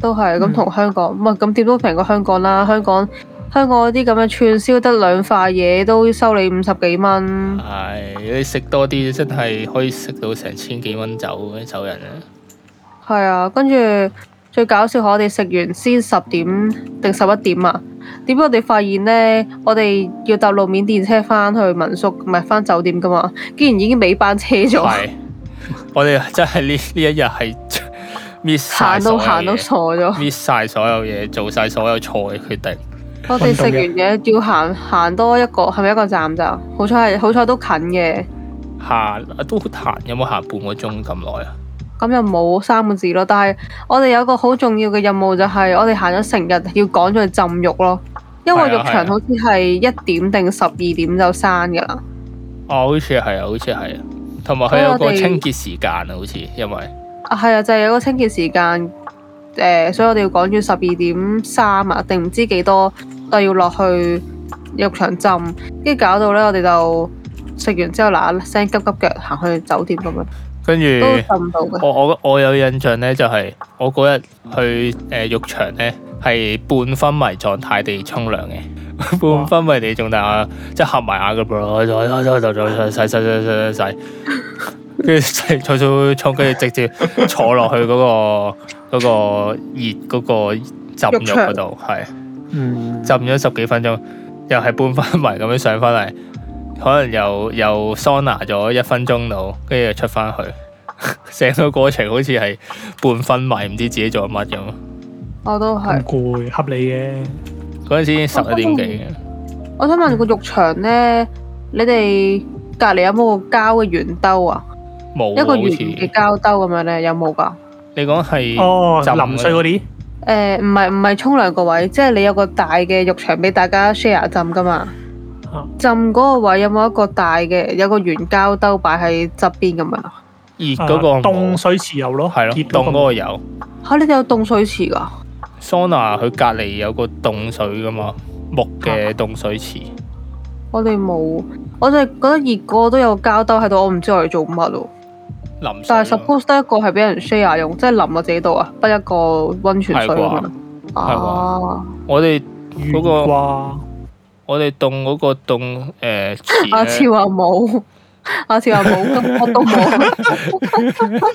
[SPEAKER 3] 都係咁
[SPEAKER 2] 嗯
[SPEAKER 3] 同香港，唔係咁點都平過香港啦。香港香港嗰啲咁嘅串燒得兩塊嘢都收你五十幾蚊，
[SPEAKER 1] 係你食多啲，真係可以食到成千幾蚊走嘅走人啊！
[SPEAKER 3] 係啊。跟住最搞笑係我哋食完先十點定十一點啊，點解我哋發現咧，我哋要搭路面電車翻去民宿，唔係翻酒店噶嘛？竟然已經尾班車咗，
[SPEAKER 1] 係，我哋真係呢呢一日係 miss 晒
[SPEAKER 3] 行到
[SPEAKER 1] 所有
[SPEAKER 3] 行到
[SPEAKER 1] 嘢
[SPEAKER 3] 傻咗。
[SPEAKER 1] ，miss 晒所有嘢，做晒所有錯嘅決定。
[SPEAKER 3] 我哋食完嘢要行行多一個，係咪一個站咋？好彩係好彩都近嘅，
[SPEAKER 1] 行都好彈，有冇行半個鐘咁耐啊？
[SPEAKER 3] 咁又冇三個字咯。但係我哋有一個好重要嘅任務就係我哋行咗成日要趕咗去浸浴咯，因為
[SPEAKER 1] 係
[SPEAKER 3] 浴
[SPEAKER 1] 啊係啊
[SPEAKER 3] 場好似係一點定十二點就閂㗎啦。
[SPEAKER 1] 哦，好似係啊，好似係啊，同埋佢有
[SPEAKER 3] 咁
[SPEAKER 1] 個
[SPEAKER 3] 我哋
[SPEAKER 1] 清潔時間啊，好似因為
[SPEAKER 3] 啊，係啊，就係、有個清潔時間，誒、所以我哋要趕住十二點三啊，定唔知幾多，就要落去浴場浸，跟住搞到咧，我哋就食完之後嗱嗱聲急急腳行去酒店咁樣，
[SPEAKER 1] 跟
[SPEAKER 3] 都
[SPEAKER 1] 住
[SPEAKER 3] 浸到嘅。
[SPEAKER 1] 我我我有印象咧，就係、我嗰日去誒、呃浴場咧，係半昏迷狀態地沖涼嘅， 半昏迷地仲但係即係合埋眼咁樣，就就就就洗洗洗洗洗洗，跟住洗沖沖沖，跟住直接坐落去嗰、個嗰、個熱嗰、個浸浴嗰度，係。
[SPEAKER 2] 嗯，
[SPEAKER 1] 浸咗十幾分鐘，又係半昏迷咁樣上翻嚟，可能又又桑拿咗一分鐘到，跟住又出翻去， 成個過程好似係半昏迷，唔知自己做緊乜咁。
[SPEAKER 3] 我哦都
[SPEAKER 2] 咁。
[SPEAKER 3] 係
[SPEAKER 2] 攰，合理嘅。
[SPEAKER 1] 嗰陣
[SPEAKER 3] 哦
[SPEAKER 1] 時已經十一點幾嘅，
[SPEAKER 3] 我想問個浴場咧，你哋隔離有冇個膠嘅圓兜啊？
[SPEAKER 1] 冇
[SPEAKER 3] 一
[SPEAKER 1] 喎
[SPEAKER 3] 個
[SPEAKER 1] 好
[SPEAKER 3] 圓
[SPEAKER 1] 似。
[SPEAKER 3] 嘅膠兜咁樣咧，有冇㗎？
[SPEAKER 1] 你講係
[SPEAKER 2] 哦，
[SPEAKER 1] 浸
[SPEAKER 2] 淋水嗰啲，
[SPEAKER 3] 誒唔係唔係沖涼個位，即係你有個大嘅浴場俾大家 share 浸噶嘛
[SPEAKER 2] 啊？
[SPEAKER 3] 浸嗰個位有冇一個大嘅，有個圓膠兜擺喺側邊咁樣啊？
[SPEAKER 1] 熱
[SPEAKER 2] 啊
[SPEAKER 1] 嗰個
[SPEAKER 2] 凍
[SPEAKER 1] 冇，
[SPEAKER 2] 水池有咯，
[SPEAKER 1] 係咯，
[SPEAKER 2] 熱
[SPEAKER 1] 凍嗰個有。
[SPEAKER 3] 嚇、你哋有凍水池㗎？
[SPEAKER 1] 桑拿佢隔離有個凍水噶嘛，木嘅凍水池。
[SPEAKER 3] 我哋冇，我就係覺得熱個都有個膠兜喺度，我唔知我哋做乜喎。
[SPEAKER 1] 淋水
[SPEAKER 3] 但係
[SPEAKER 1] 咯
[SPEAKER 3] suppose 得一個係俾人 share 用，即係淋我自己度啊，得一個温泉水咁
[SPEAKER 1] 係
[SPEAKER 3] 樣
[SPEAKER 1] 啩。
[SPEAKER 3] 啊
[SPEAKER 1] 我哋嗰個
[SPEAKER 2] 哇，
[SPEAKER 1] 我哋凍嗰個凍誒池
[SPEAKER 3] 阿
[SPEAKER 1] 咧
[SPEAKER 3] 超話冇，阿超話冇，咁我都冇。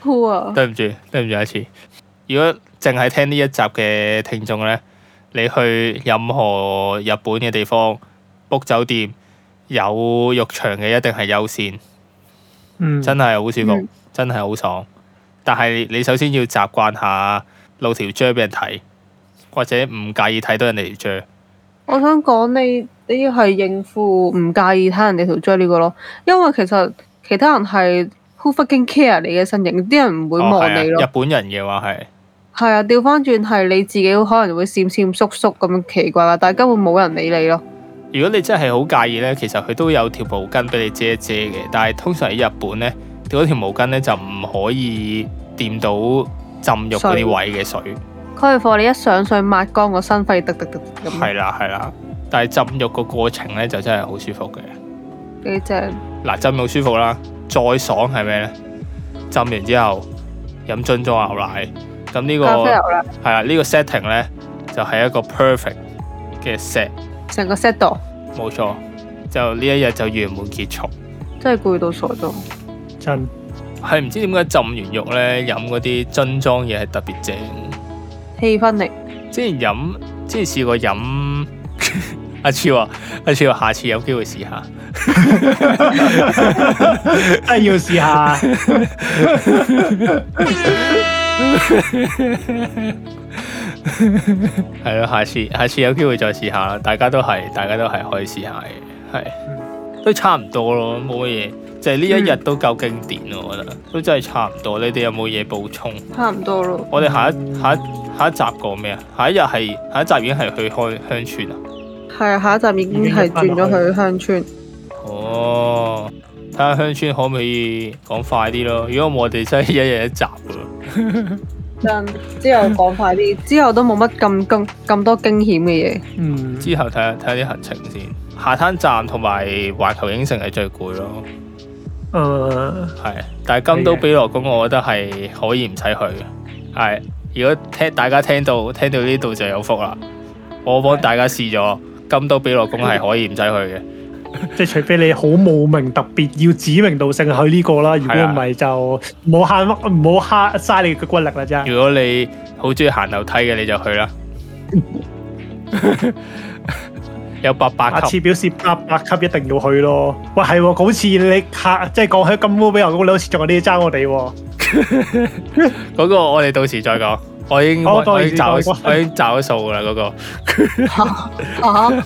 [SPEAKER 3] 酷啊！
[SPEAKER 1] 對唔住，對唔住，阿次。如果淨係聽呢一集嘅聽眾咧，你去任何日本嘅地方 book 酒店，有浴場嘅一定係優先，
[SPEAKER 2] 嗯，
[SPEAKER 1] 真係好舒服，
[SPEAKER 3] 嗯
[SPEAKER 1] 真係好爽。但係你首先要習慣下露條脹俾人睇，或者唔介意睇到人哋條脹。
[SPEAKER 3] 我想講你，你要係應付唔介意睇人哋條追呢個咯，因為其實其他人係 who fucking care 你嘅身形，啲人唔會
[SPEAKER 1] 哦
[SPEAKER 3] 望
[SPEAKER 1] 係啊
[SPEAKER 3] 你咯
[SPEAKER 1] 日。本人嘅話係
[SPEAKER 3] 係啊，調翻轉係你自己可能會閃閃縮縮咁奇怪啦，但係根本冇人理你咯。
[SPEAKER 1] 如果你真係好介意呢，其實佢都有條毛巾俾你遮一遮嘅，但係通常喺日本呢，嗰條毛巾呢就唔可以掂到浸浴嗰啲位嘅水，
[SPEAKER 3] 佢係放你一上水抹乾個身費，滴滴滴滴
[SPEAKER 1] 係
[SPEAKER 3] 咁，
[SPEAKER 1] 啦係啦。但係浸浴個過程呢，就真係好舒服嘅。
[SPEAKER 3] 幾正。
[SPEAKER 1] 嗱，浸浴好舒服啦，再爽係咩呢？浸完之後飲樽裝牛奶，咁呢、個
[SPEAKER 3] 咖啡牛
[SPEAKER 1] 係
[SPEAKER 3] 奶，
[SPEAKER 1] 啦，呢、個 setting 呢，就係、一個 perfect 嘅 set，
[SPEAKER 3] 成個 set 度
[SPEAKER 1] 冇錯。就呢一日就圓滿結束。
[SPEAKER 3] 真係攰到傻咗。
[SPEAKER 2] 真
[SPEAKER 1] 係唔知點解浸完浴咧飲嗰啲樽裝嘢係特別正。
[SPEAKER 3] 氣氛嚟，
[SPEAKER 1] 之前飲，之前試過飲。 阿超啊，阿超啊，下次有機會試下。
[SPEAKER 2] 真係要試下，
[SPEAKER 1] 係咯，下次下次有機會再試下啦。大家都係，大家都係可以試下嘅，係都差唔多咯，冇乜嘢。就係呢一日都夠經典咯，我覺得都真係差唔多。你哋有冇嘢補充？
[SPEAKER 3] 差唔多咯。
[SPEAKER 1] 我哋下一下一下一集講咩啊？下一日係下一集已經係去開鄉村啊。
[SPEAKER 3] 係啊，下一站已經係轉咗去鄉村。
[SPEAKER 1] 哦，睇下鄉村可唔可以講快啲咯？如果唔係我哋真係一日一集喎。
[SPEAKER 3] 真之後講快 啲，之後都冇乜咁咁咁多驚險 嘅嘢。
[SPEAKER 2] 嗯，
[SPEAKER 1] 之後睇下睇下啲行程先。下灘站同埋環球影城係最攰咯，
[SPEAKER 2] 誒，
[SPEAKER 1] 係。但係金都比羅宮，我覺得係可以唔使去嘅。係，如果聽大家聽到聽到呢度就有福啦。我幫大家試咗金都比羅宮係可以唔使去嘅。
[SPEAKER 2] 即係除非你好慕名特別要指名道姓去呢個啦，如果
[SPEAKER 1] 係啊
[SPEAKER 2] 唔係就冇慳唔好慳嘥你嘅腳骨力啦，真係。
[SPEAKER 1] 如果你好中意行樓梯嘅，你就去啦。有八百
[SPEAKER 2] 下
[SPEAKER 1] 級，
[SPEAKER 2] 次表示八百級一定要去咯。喂，係喎，好似你下即係講起金烏比牛咁，你好似仲有啲嘢爭我哋喎。
[SPEAKER 1] 嗰個我哋到時再講。我已經
[SPEAKER 2] 好
[SPEAKER 1] 我
[SPEAKER 2] 哦到
[SPEAKER 1] 我
[SPEAKER 2] 時
[SPEAKER 1] 已經找
[SPEAKER 2] 再講
[SPEAKER 1] 我已經找咗數噶啦，嗰個。
[SPEAKER 3] 啊，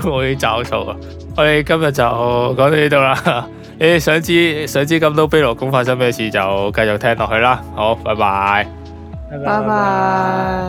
[SPEAKER 1] 我已經找數啦。我哋今日就講到呢度啦。 你哋想知想知咁多卑羅宮發生咩事，就繼續
[SPEAKER 2] 啊
[SPEAKER 1] 聽落去啦。好，拜拜。
[SPEAKER 3] 拜拜。啊